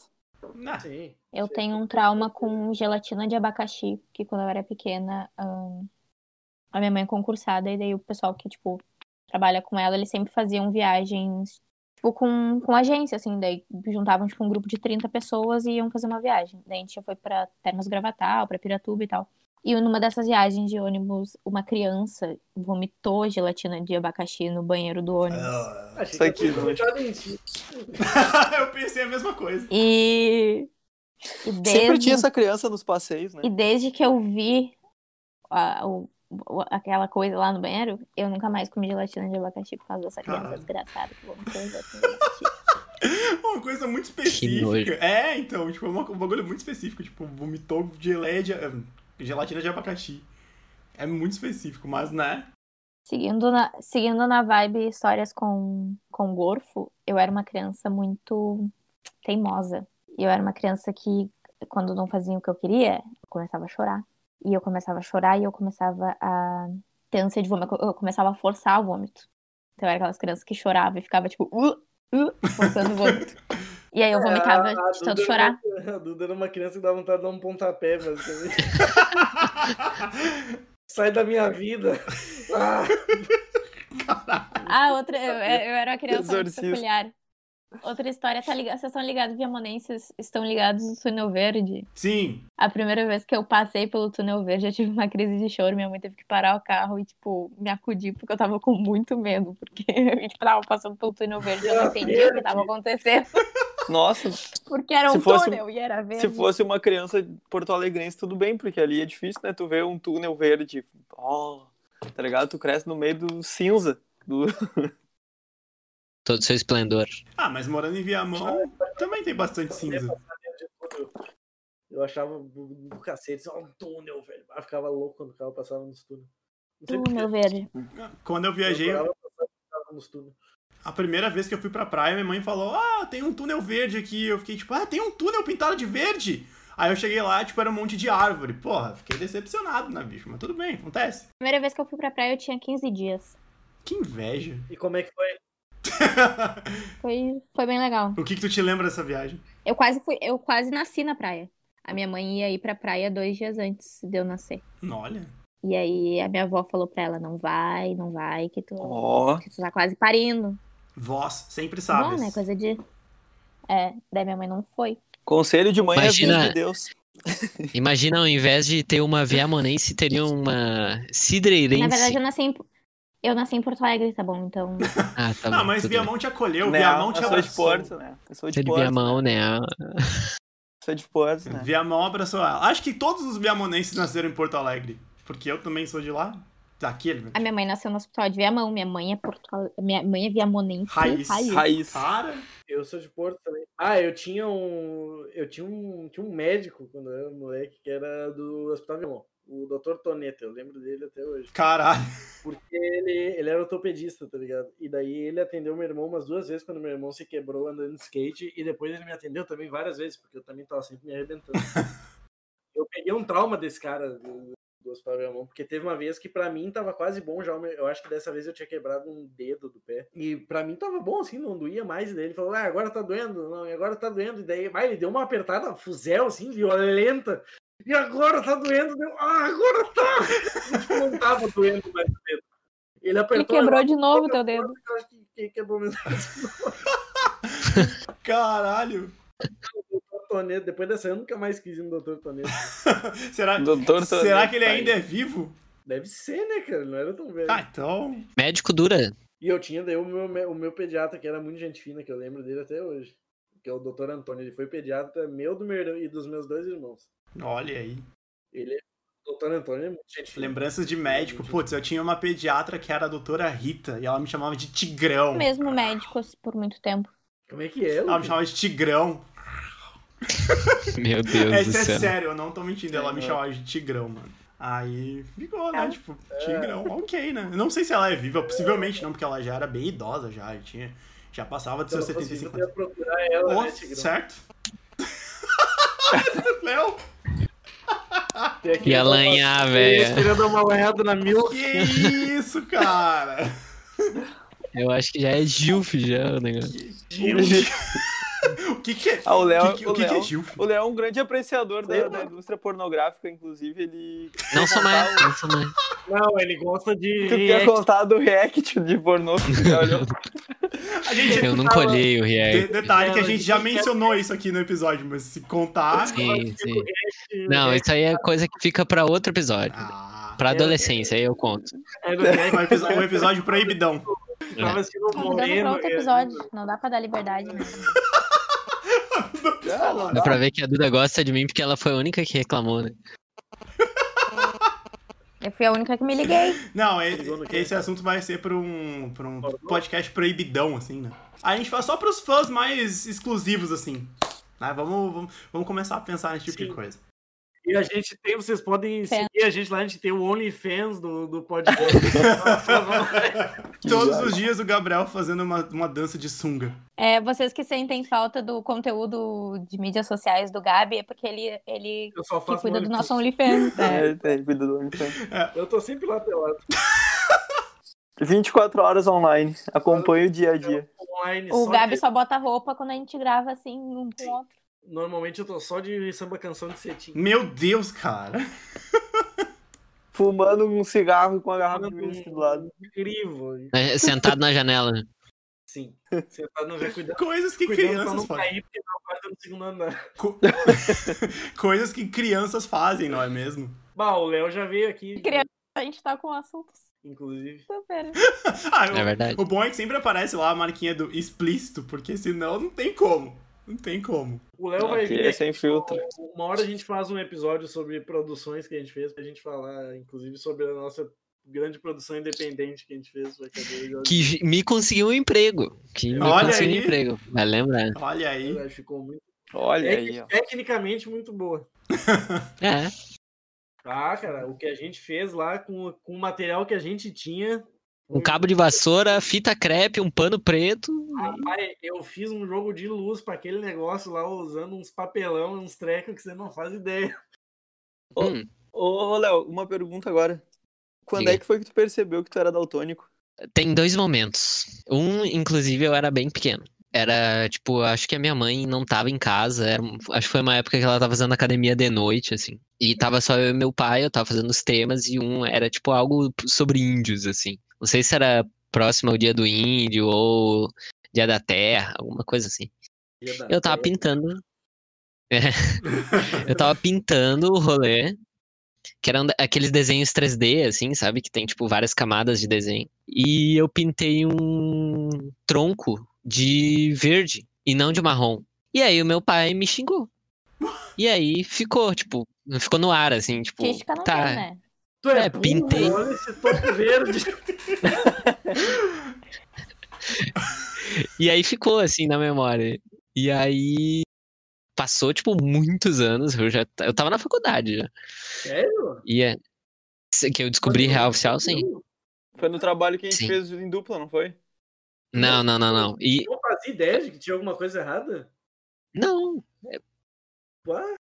A: Nah,
C: Ah, Sim.
E: Eu
C: Sim.
E: tenho um trauma com gelatina de abacaxi, que quando eu era pequena, ahn, a minha mãe é concursada, e daí o pessoal que, tipo, trabalha com ela, eles sempre faziam viagens, tipo, com, com agência, assim, daí juntavam, tipo, um grupo de 30 pessoas e iam fazer uma viagem. Daí a gente já foi pra Termas do Gravatal, pra Piratuba e tal. E numa dessas viagens de ônibus, uma criança vomitou gelatina de abacaxi no banheiro do
B: Ah.
E: ônibus.
C: Achei
B: Isso
C: que
B: aqui,
C: eu
B: mano.
C: tinha dentista.
A: Ah, eu pensei a mesma coisa.
E: E. e
B: Sempre
E: desde
B: tinha essa criança nos passeios, né?
E: E desde que eu vi a- o- o- aquela coisa lá no banheiro, eu nunca mais comi gelatina de abacaxi por causa dessa criança
A: Caralho.
E: desgraçada que vomitou gelatina de abacaxi.
A: Uma coisa muito
D: Que nojo.
A: específica. É, então, tipo, é uma- um bagulho muito específico. Tipo, vomitou geleia de, eh, gelatina de abacaxi. É muito específico, mas né?
E: Seguindo na, seguindo na vibe histórias com, com gorfo, eu era uma criança muito teimosa. E Eu era uma criança que, quando não fazia o que eu queria, eu começava a chorar. E eu começava a chorar e eu começava a ter ânsia de vômito. Eu começava a forçar o vômito. Então eu era aquelas crianças que choravam e ficava tipo, uh, uh, forçando o vômito. E aí eu vomitava
C: A- a
E: de tanto
C: tá? Duda
E: chorar.
C: era uma- A Duda era uma criança que dá vontade de dar um pontapé, basicamente. Sai da minha vida. Ah,
E: Ah, outra, eu, eu era uma criança muito
B: Exorcista.
E: peculiar. Outra história tá ligada. Vocês estão ligados, Viamonenses estão ligados no túnel verde.
A: Sim,
E: A primeira vez que eu passei pelo túnel verde, eu tive uma crise de choro. Minha mãe teve que parar o carro e, tipo, me acudir, porque eu tava com muito medo. Porque eu tipo, tava passando pelo túnel verde, eu não entendia o que tava acontecendo.
B: Nossa,
E: Porque era
B: Se
E: um
B: fosse-
E: túnel e era verde.
B: se fosse uma criança porto-alegrense, tudo bem, porque ali é difícil, né? Tu vê um túnel verde, ó, tá ligado? Tu cresce no meio do cinza. Do...
D: Todo seu esplendor.
A: Ah, mas morando em Viamão também tem bastante cinza.
C: Eu achava do, do cacete, ó, um túnel, velho. Eu ficava louco quando o carro passava nos túneis. Não sei
E: Túnel verde.
A: Ah, Quando eu viajei,
C: Eu adorava passar quando passava nos túneis.
A: a primeira vez que eu fui pra praia, minha mãe falou: Ah, tem um túnel verde aqui. Eu fiquei tipo: Ah, tem um túnel pintado de verde. Aí eu cheguei lá, tipo, era um monte de árvore. Porra, fiquei decepcionado na bicho, mas tudo bem, acontece.
E: Primeira vez que eu fui pra praia, eu tinha 15 dias.
A: Que inveja.
C: E como é que foi?
E: Foi, foi bem legal.
A: o que que tu te lembra dessa viagem?
E: Eu quase fui, eu quase nasci na praia. A minha mãe ia ir pra praia dois dias antes de eu nascer.
A: Olha.
E: E aí a minha avó falou pra ela, não vai, não vai, que tu,
B: Ó,
E: que tu tá quase parindo.
A: Vós sempre
E: Bom,
A: sabes.
E: né? Coisa de. É, daí minha mãe não foi.
B: conselho de mãe é
D: Imagina-
B: vida de Deus.
D: Imagina, ao invés de ter uma viamonense, teria uma cidreirense.
E: Na verdade, eu nasci em. Eu nasci em Porto Alegre, tá bom? Então.
D: Ah, tá
A: Não,
D: bom,
A: mas
D: tudo
A: Viamão é te acolheu,
B: Né,
A: Viamão te
B: eu sou de
A: abraçou.
B: Porto, né? Eu sou
D: bem.
B: de
D: Ele
B: Porto,
D: Viamão, né?
B: sou de Porto, né?
A: Viamão abraçou ela. Acho que todos os viamonenses nasceram em Porto Alegre. Porque eu também sou de lá. Daquele,
E: A minha mãe nasceu no hospital de Viamão. Minha mãe é Porto Alegre. Minha mãe é Viamonense.
A: Raiz.
B: Raiz.
A: Cara,
C: Eu sou de Porto também. Ah, eu tinha um. Eu tinha um. Tinha um médico quando eu era moleque que era do Hospital Vilão. O Dr. Toneta, eu lembro dele até hoje.
A: caralho.
C: Porque ele, ele era ortopedista, tá ligado? E daí ele atendeu meu irmão umas duas vezes quando meu irmão se quebrou andando de skate. E depois ele me atendeu também várias vezes, porque eu também tava sempre me arrebentando. eu peguei um trauma desse cara do, do Hospital Viamão, porque teve uma vez que pra mim tava quase bom já. o meu- Eu acho que dessa vez eu tinha quebrado um dedo do pé. E pra mim tava bom assim, não doía mais. E daí ele falou, ah, agora tá doendo, não, e agora tá doendo. E daí, vai, ele deu uma apertada fuzel assim, violenta. E agora tá doendo, deu, ah, agora tá! Tipo, não tava doendo mais o dedo. Ele
E: Ele
C: apertou.
E: quebrou
C: eu-
E: de novo teu dedo.
C: Eu acho que quem quebrou mesmo foi
A: Caralho.
C: o Dr. Toneto. Depois dessa eu nunca mais quis ir no Dr. Toneto.
A: Será,
B: Doutor
A: será que ele
B: tá
A: ainda
B: aí.
A: é vivo?
C: Deve ser, né, cara? Não era tão velho.
A: Ah, então.
D: Médico dura.
C: E eu tinha daí o meu, me- o meu pediatra, que era muito gente fina, que eu lembro dele até hoje. Que é o Dr. Antônio. Ele foi pediatra meu, do meu irmão e dos meus dois irmãos.
A: Olha aí.
C: Ele é. O Dr. Antônio é muito gente fina.
A: Lembranças de médico. Putz, eu tinha uma pediatra que era a doutora Rita e ela me chamava de Tigrão.
E: Mesmo médico por muito tempo.
C: Como é que é?
A: Ela me
C: Lucas?
A: chamava de Tigrão.
D: Meu Deus
A: É,
D: do
A: Isso é
D: céu.
A: sério, eu não tô mentindo. Ela me
B: Aham.
A: chamava de Tigrão, mano. Aí ficou, né?
E: Ah.
A: Tipo, Tigrão, ok, né? Eu não sei se ela é viva, possivelmente não, porque ela já era bem idosa já. e Tinha, já passava dos
C: Se eu
A: seus
C: não fosse vivo,
A: 75
C: eu assim, ia procurar ela,
A: Ô,
C: né, Tigrão?
A: certo? Léo,
C: Tem aquele
D: Ia
C: babado-
D: lanhar,
C: Isso,
D: velho.
C: Queria dar uma lanhada na mil.
A: que isso, cara?
D: Eu acho que já é Gilf já o negócio.
A: O que que é?
B: Ah, o Léo,
A: o que, que- o
B: o
A: que que é
B: Léo-
A: Gilf?
B: O Léo é um grande apreciador da,
C: Léo.
B: da indústria pornográfica, inclusive ele.
D: Não sou mais,
B: Tá,
D: não sou mais.
C: Não, ele gosta de. é
B: Tu tinha contado do react de pornô. que tu já olhou.
A: A gente,
D: Eu nunca olhei o
A: de-
D: React.
A: detalhe que a gente já mencionou isso aqui no episódio, mas se contar.
D: Sim, sim. Não, isso aí é coisa que fica pra outro episódio.
A: Ah,
D: Pra adolescência, aí eu conto.
C: Era
A: um episódio, um episódio proibidão.
C: Tava assistindo o
E: Convidamos pra
C: Moreno.
F: é,
E: outro
C: e-
E: episódio. Não dá pra dar liberdade. né?
B: Ah, não
D: Dá
B: dá.
D: pra ver que a Duda gosta de mim porque ela foi a única que reclamou, né?
E: Eu fui a única que me liguei.
A: Não, e- esse assunto vai ser pra um, pra um podcast proibidão, assim, né? A gente faz só pros fãs mais exclusivos, assim. Ah, vamos, vamos, vamos começar a pensar nesse tipo de
C: Sim.
A: coisa.
C: E a gente tem, vocês podem
E: Fans.
C: seguir a gente lá, a gente tem o OnlyFans do, do podcast.
A: Todos
B: viagem.
A: os dias o Gabriel fazendo uma, uma dança de sunga.
E: É, vocês que sentem falta do conteúdo de mídias sociais do Gabi, é porque ele, ele
C: Eu só
E: que
C: faço
E: cuida do
C: OnlyFans.
E: nosso OnlyFans. né?
B: É, tem vida do OnlyFans.
C: Eu tô sempre lá pelado.
B: 24 horas online. Acompanha o dia a dia.
C: Online,
E: O
C: só
E: Gabi
C: de-
E: só bota roupa quando a gente grava assim, um com o outro.
C: Normalmente eu tô só de samba canção de cetim.
A: Meu Deus, cara.
B: Fumando um cigarro com a garrafa de
C: Falando
B: whisky do lado.
C: Incrível.
D: É, Sentado na Né, janela.
C: Sim. Sentado no ver cuidando.
A: Coisas que
C: Cuidando pra
A: crianças
C: não
A: fazem.
C: cair, porque não acorda no segundo andar.
A: Co- Coisas que crianças fazem, não é mesmo?
C: Bah, o Léo já veio aqui,
E: Criança, a gente tá com assuntos
C: inclusive.
E: super.
A: Ah,
D: É
A: o-
D: verdade.
A: O bom é que sempre aparece lá a marquinha do explícito, porque senão não tem como. Não tem como.
C: O Léo vai
B: Aqui
C: vir
B: é
C: aqui.
B: sem filtro.
C: Uma hora a gente faz um episódio sobre produções que a gente fez, pra gente falar, inclusive, sobre a nossa grande produção independente que a gente fez. vai caber agora.
D: Que j- me conseguiu um emprego. Que me
A: Olha
D: conseguiu
A: aí.
D: um emprego. Vai lembrar.
A: Olha aí.
C: Ela Ficou muito.
B: Olha
C: Tec-
B: aí, ó.
C: Tecnicamente muito boa.
D: É.
C: Ah, cara, o que a gente fez lá com, com o material que a gente tinha.
D: Um cabo de vassoura, fita crepe, um pano preto.
C: Rapaz, eu fiz um jogo de luz pra aquele negócio lá usando uns papelão, uns trecos que você não faz ideia.
D: Hum,
B: Ô, ô, Léo, uma pergunta agora. Quando
D: Diga.
B: é que foi que tu percebeu que tu era daltônico?
D: Tem dois momentos. Um, inclusive, eu era bem pequeno. Era, tipo, acho que a minha mãe não tava em casa. era um- acho que foi uma época que ela tava fazendo academia de noite, assim. E tava só eu e meu pai, eu tava fazendo os temas, e um era, tipo, algo sobre índios, assim. Não sei se era próximo ao dia do índio ou dia da terra, alguma coisa assim. Eu tava pintando. É. Eu tava pintando o rolê, que eram da- aqueles desenhos 3D, assim, sabe? Que tem, tipo, várias camadas de desenho. E eu pintei um tronco de verde e não de marrom. E aí o meu pai me xingou. E aí ficou, tipo, ficou no ar, assim, tipo.
E: Tística não
D: tá.
E: tem, né?
C: Tu é,
D: É,
C: burro,
D: pintei.
C: olha esse topo verde.
D: E aí ficou assim na memória. E aí passou, tipo, muitos anos. Eu já ta- eu tava na faculdade já.
C: Sério?
D: E é. se- Que eu descobri real oficial, sim.
B: Foi no trabalho que a gente
D: Sim.
B: fez em dupla, não foi?
D: Não, não, não, não. E
C: Eu não fazia ideia de que tinha alguma coisa errada. é
D: não,
C: Ué?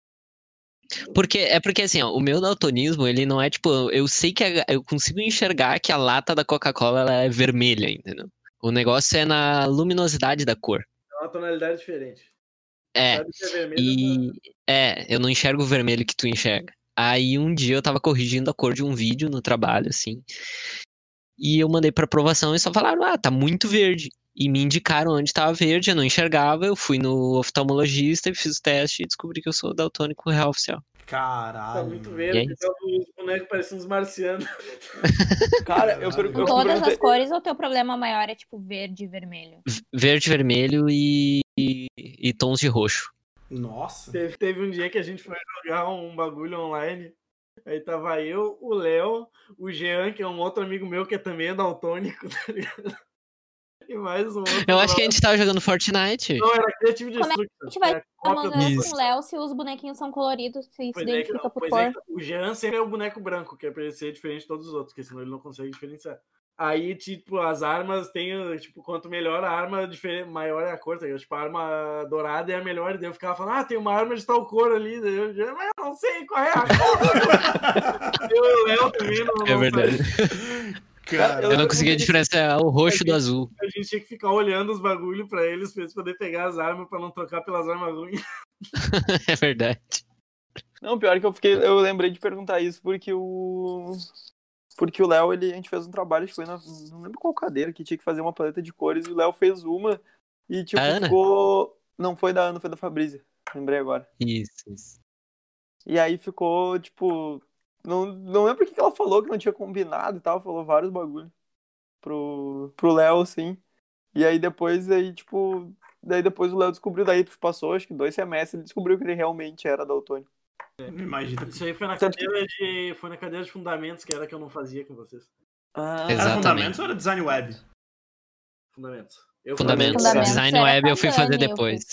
D: porque é porque assim, ó, o meu daltonismo, ele não é tipo, eu- eu sei que a- eu consigo enxergar que a lata da Coca-Cola ela é vermelha, entendeu? O negócio é na luminosidade da cor.
C: É uma tonalidade diferente.
D: É,
C: Sabe que é vermelho, mas-
D: E é, eu não enxergo o vermelho que tu enxerga. Aí um dia eu tava corrigindo a cor de um vídeo no trabalho, assim. E eu mandei pra aprovação e só falaram: ah, tá muito verde. E me indicaram onde tava verde, eu não enxergava. Eu fui no oftalmologista e fiz o teste e descobri que eu sou daltônico real oficial.
C: Tá
A: Caralho.
C: muito
D: E é
C: verde,
D: isso.
C: então os bonecos parecem uns marcianos.
B: Cara, eu, per- eu
E: Com todas
B: perguntei-
E: as cores, o teu problema maior é tipo verde e vermelho.
D: V- Verde, vermelho e, e- e tons de roxo.
A: Nossa.
C: Teve, teve um dia que a gente foi jogar um bagulho online. Aí tava eu, o Léo, o Jean, que é um outro amigo meu que é também daltônico, tá ligado? E mais um outro.
D: Eu acho que a
C: lá.
D: gente tava jogando Fortnite.
C: Não, era Creative
E: Como é que
C: Destruction.
E: a gente vai
C: era
E: Tá
C: cópia do
E: mandando
D: Isso.
E: com o Léo se os bonequinhos são coloridos, se se
C: Pois é, que
E: identifica
C: não,
E: por
C: pois é,
E: cor.
C: que não. o Jean sempre é o boneco branco, que é pra ele ser diferente de todos os outros, porque senão ele não consegue diferenciar. Aí, tipo, as armas tem, tipo, quanto melhor a arma, diferen- maior é a cor, tá ligado? Tipo, a arma dourada é a melhor, e daí eu ficava falando, ah, tem uma arma de tal cor ali, daí eu, Jean, mas eu não sei qual é a cor. eu e o Léo também não,
D: É
C: não
D: verdade.
C: sabia.
A: Cara,
D: Eu não
B: Eu
D: conseguia
B: perguntei se-
D: diferenciar o roxo do
C: Mas-
D: azul.
C: A gente tinha que ficar olhando os bagulhos pra eles, pra eles poderem pegar as armas, pra não trocar pelas armas ruins.
D: É verdade.
B: Não, pior que eu fiquei. Eu lembrei de perguntar isso porque o. Porque o Léo, ele, a gente fez um trabalho, acho que foi na. Não lembro qual cadeira que tinha que fazer uma paleta de cores e o Léo fez uma e tipo,
D: Da Ana?
B: ficou. Não foi da Ana, foi da Fabrícia. Lembrei agora.
D: Isso, isso.
B: E aí ficou, tipo. Não, não lembro o que que ela falou, que não tinha combinado e tal. Falou vários bagulho pro pro Léo, assim. E aí depois, aí, tipo. Daí depois o Léo descobriu, daí passou acho que dois semestres, ele descobriu que ele realmente era daltônico.
A: me imagina.
C: Isso aí foi na
B: Tanto que-
C: cadeira de. Foi na cadeira de fundamentos, que era a que eu não fazia com vocês.
B: Ah,
A: Era
D: Exatamente.
A: fundamentos ou era design web?
C: Fundamentos. Eu
D: Fundamentos.
E: Fundamentos.
D: Design
E: Era
D: web
E: com a
D: eu fui fazer
E: Dani, eu
D: depois.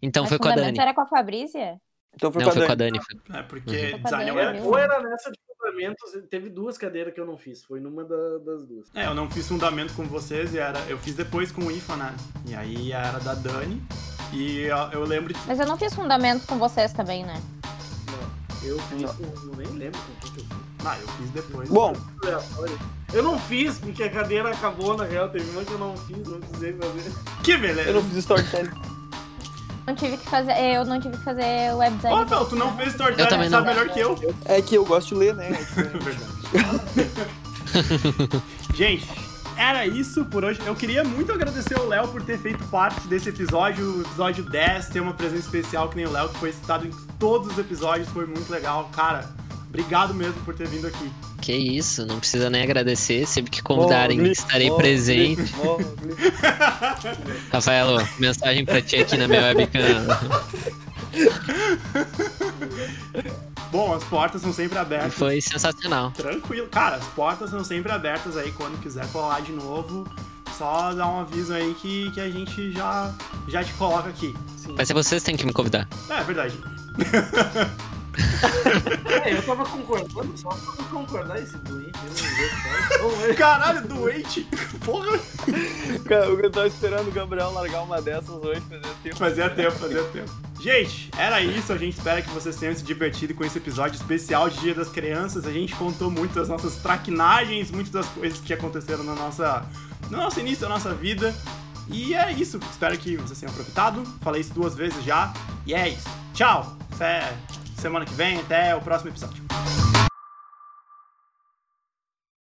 D: Então
E: Mas
D: foi com a
E: fundamentos
D: Dani.
E: era com a Fabrícia?
B: Então foi
D: Não,
B: com a
D: foi com a
B: Dani.
D: Dani. foi-
A: É porque
E: Uhum.
A: design
C: Era,
A: web.
E: Fundamentos.
C: ou era nessa de fundamentos, teve duas cadeiras que eu não fiz, foi numa da- das duas.
A: É, eu não fiz fundamento com vocês e era. Eu fiz depois com o IFA, né? E aí era da Dani. E ó, eu lembro que.
E: Mas eu não fiz fundamentos com vocês também, né?
C: Não, eu fiz com, eu nem lembro com quem que eu fiz.
A: Ah, eu fiz depois.
B: Bom,
C: Foi aleatório. Eu não fiz, porque a cadeira acabou, na real, teve uma que eu não fiz, não precisei fazer.
A: Que
B: eu
A: beleza.
B: não fiz storytelling.
E: Não tive que fazer, eu não tive que fazer web design.
A: Ó, Fel, tu não fez
D: Eu
A: tortelli,
D: também
A: tu sabe
E: não.
A: melhor que eu.
B: É que eu gosto de ler, né?
A: Verdade. Gente, era isso por hoje. Eu queria muito agradecer ao Léo por ter feito parte desse episódio, o episódio 10, ter uma presença especial que nem o Léo, que foi citado em todos os episódios, foi muito legal. Cara, obrigado mesmo por ter vindo aqui.
D: Que isso, não precisa nem agradecer. Sempre que convidarem, estarei presente. Rafaelo, mensagem pra ti aqui na minha webcam.
A: Bom, as portas são sempre abertas.
D: Foi sensacional.
A: Tranquilo. Cara, as portas são sempre abertas aí quando quiser colar de novo. Só dá um aviso aí que, que a gente já, já te coloca aqui. Sim.
D: Vai ser vocês que têm que me convidar.
A: É, é verdade.
C: É, eu tava concordando só pra concordar esse doente. eu não vejo, cara.
A: Caralho, doente! Porra!
B: Cara, eu tava esperando o Gabriel largar uma dessas hoje, fazer tempo.
A: Fazia tempo, fazia tempo. Gente, era isso. A gente espera que vocês tenham se divertido com esse episódio especial de Dia das Crianças. A gente contou muito das nossas traquinagens, muitas das coisas que aconteceram na nossa, no nosso início da nossa vida. E é isso. Espero que vocês tenham aproveitado. Falei isso duas vezes já. E é isso. Tchau. Até semana que vem. Até o próximo episódio.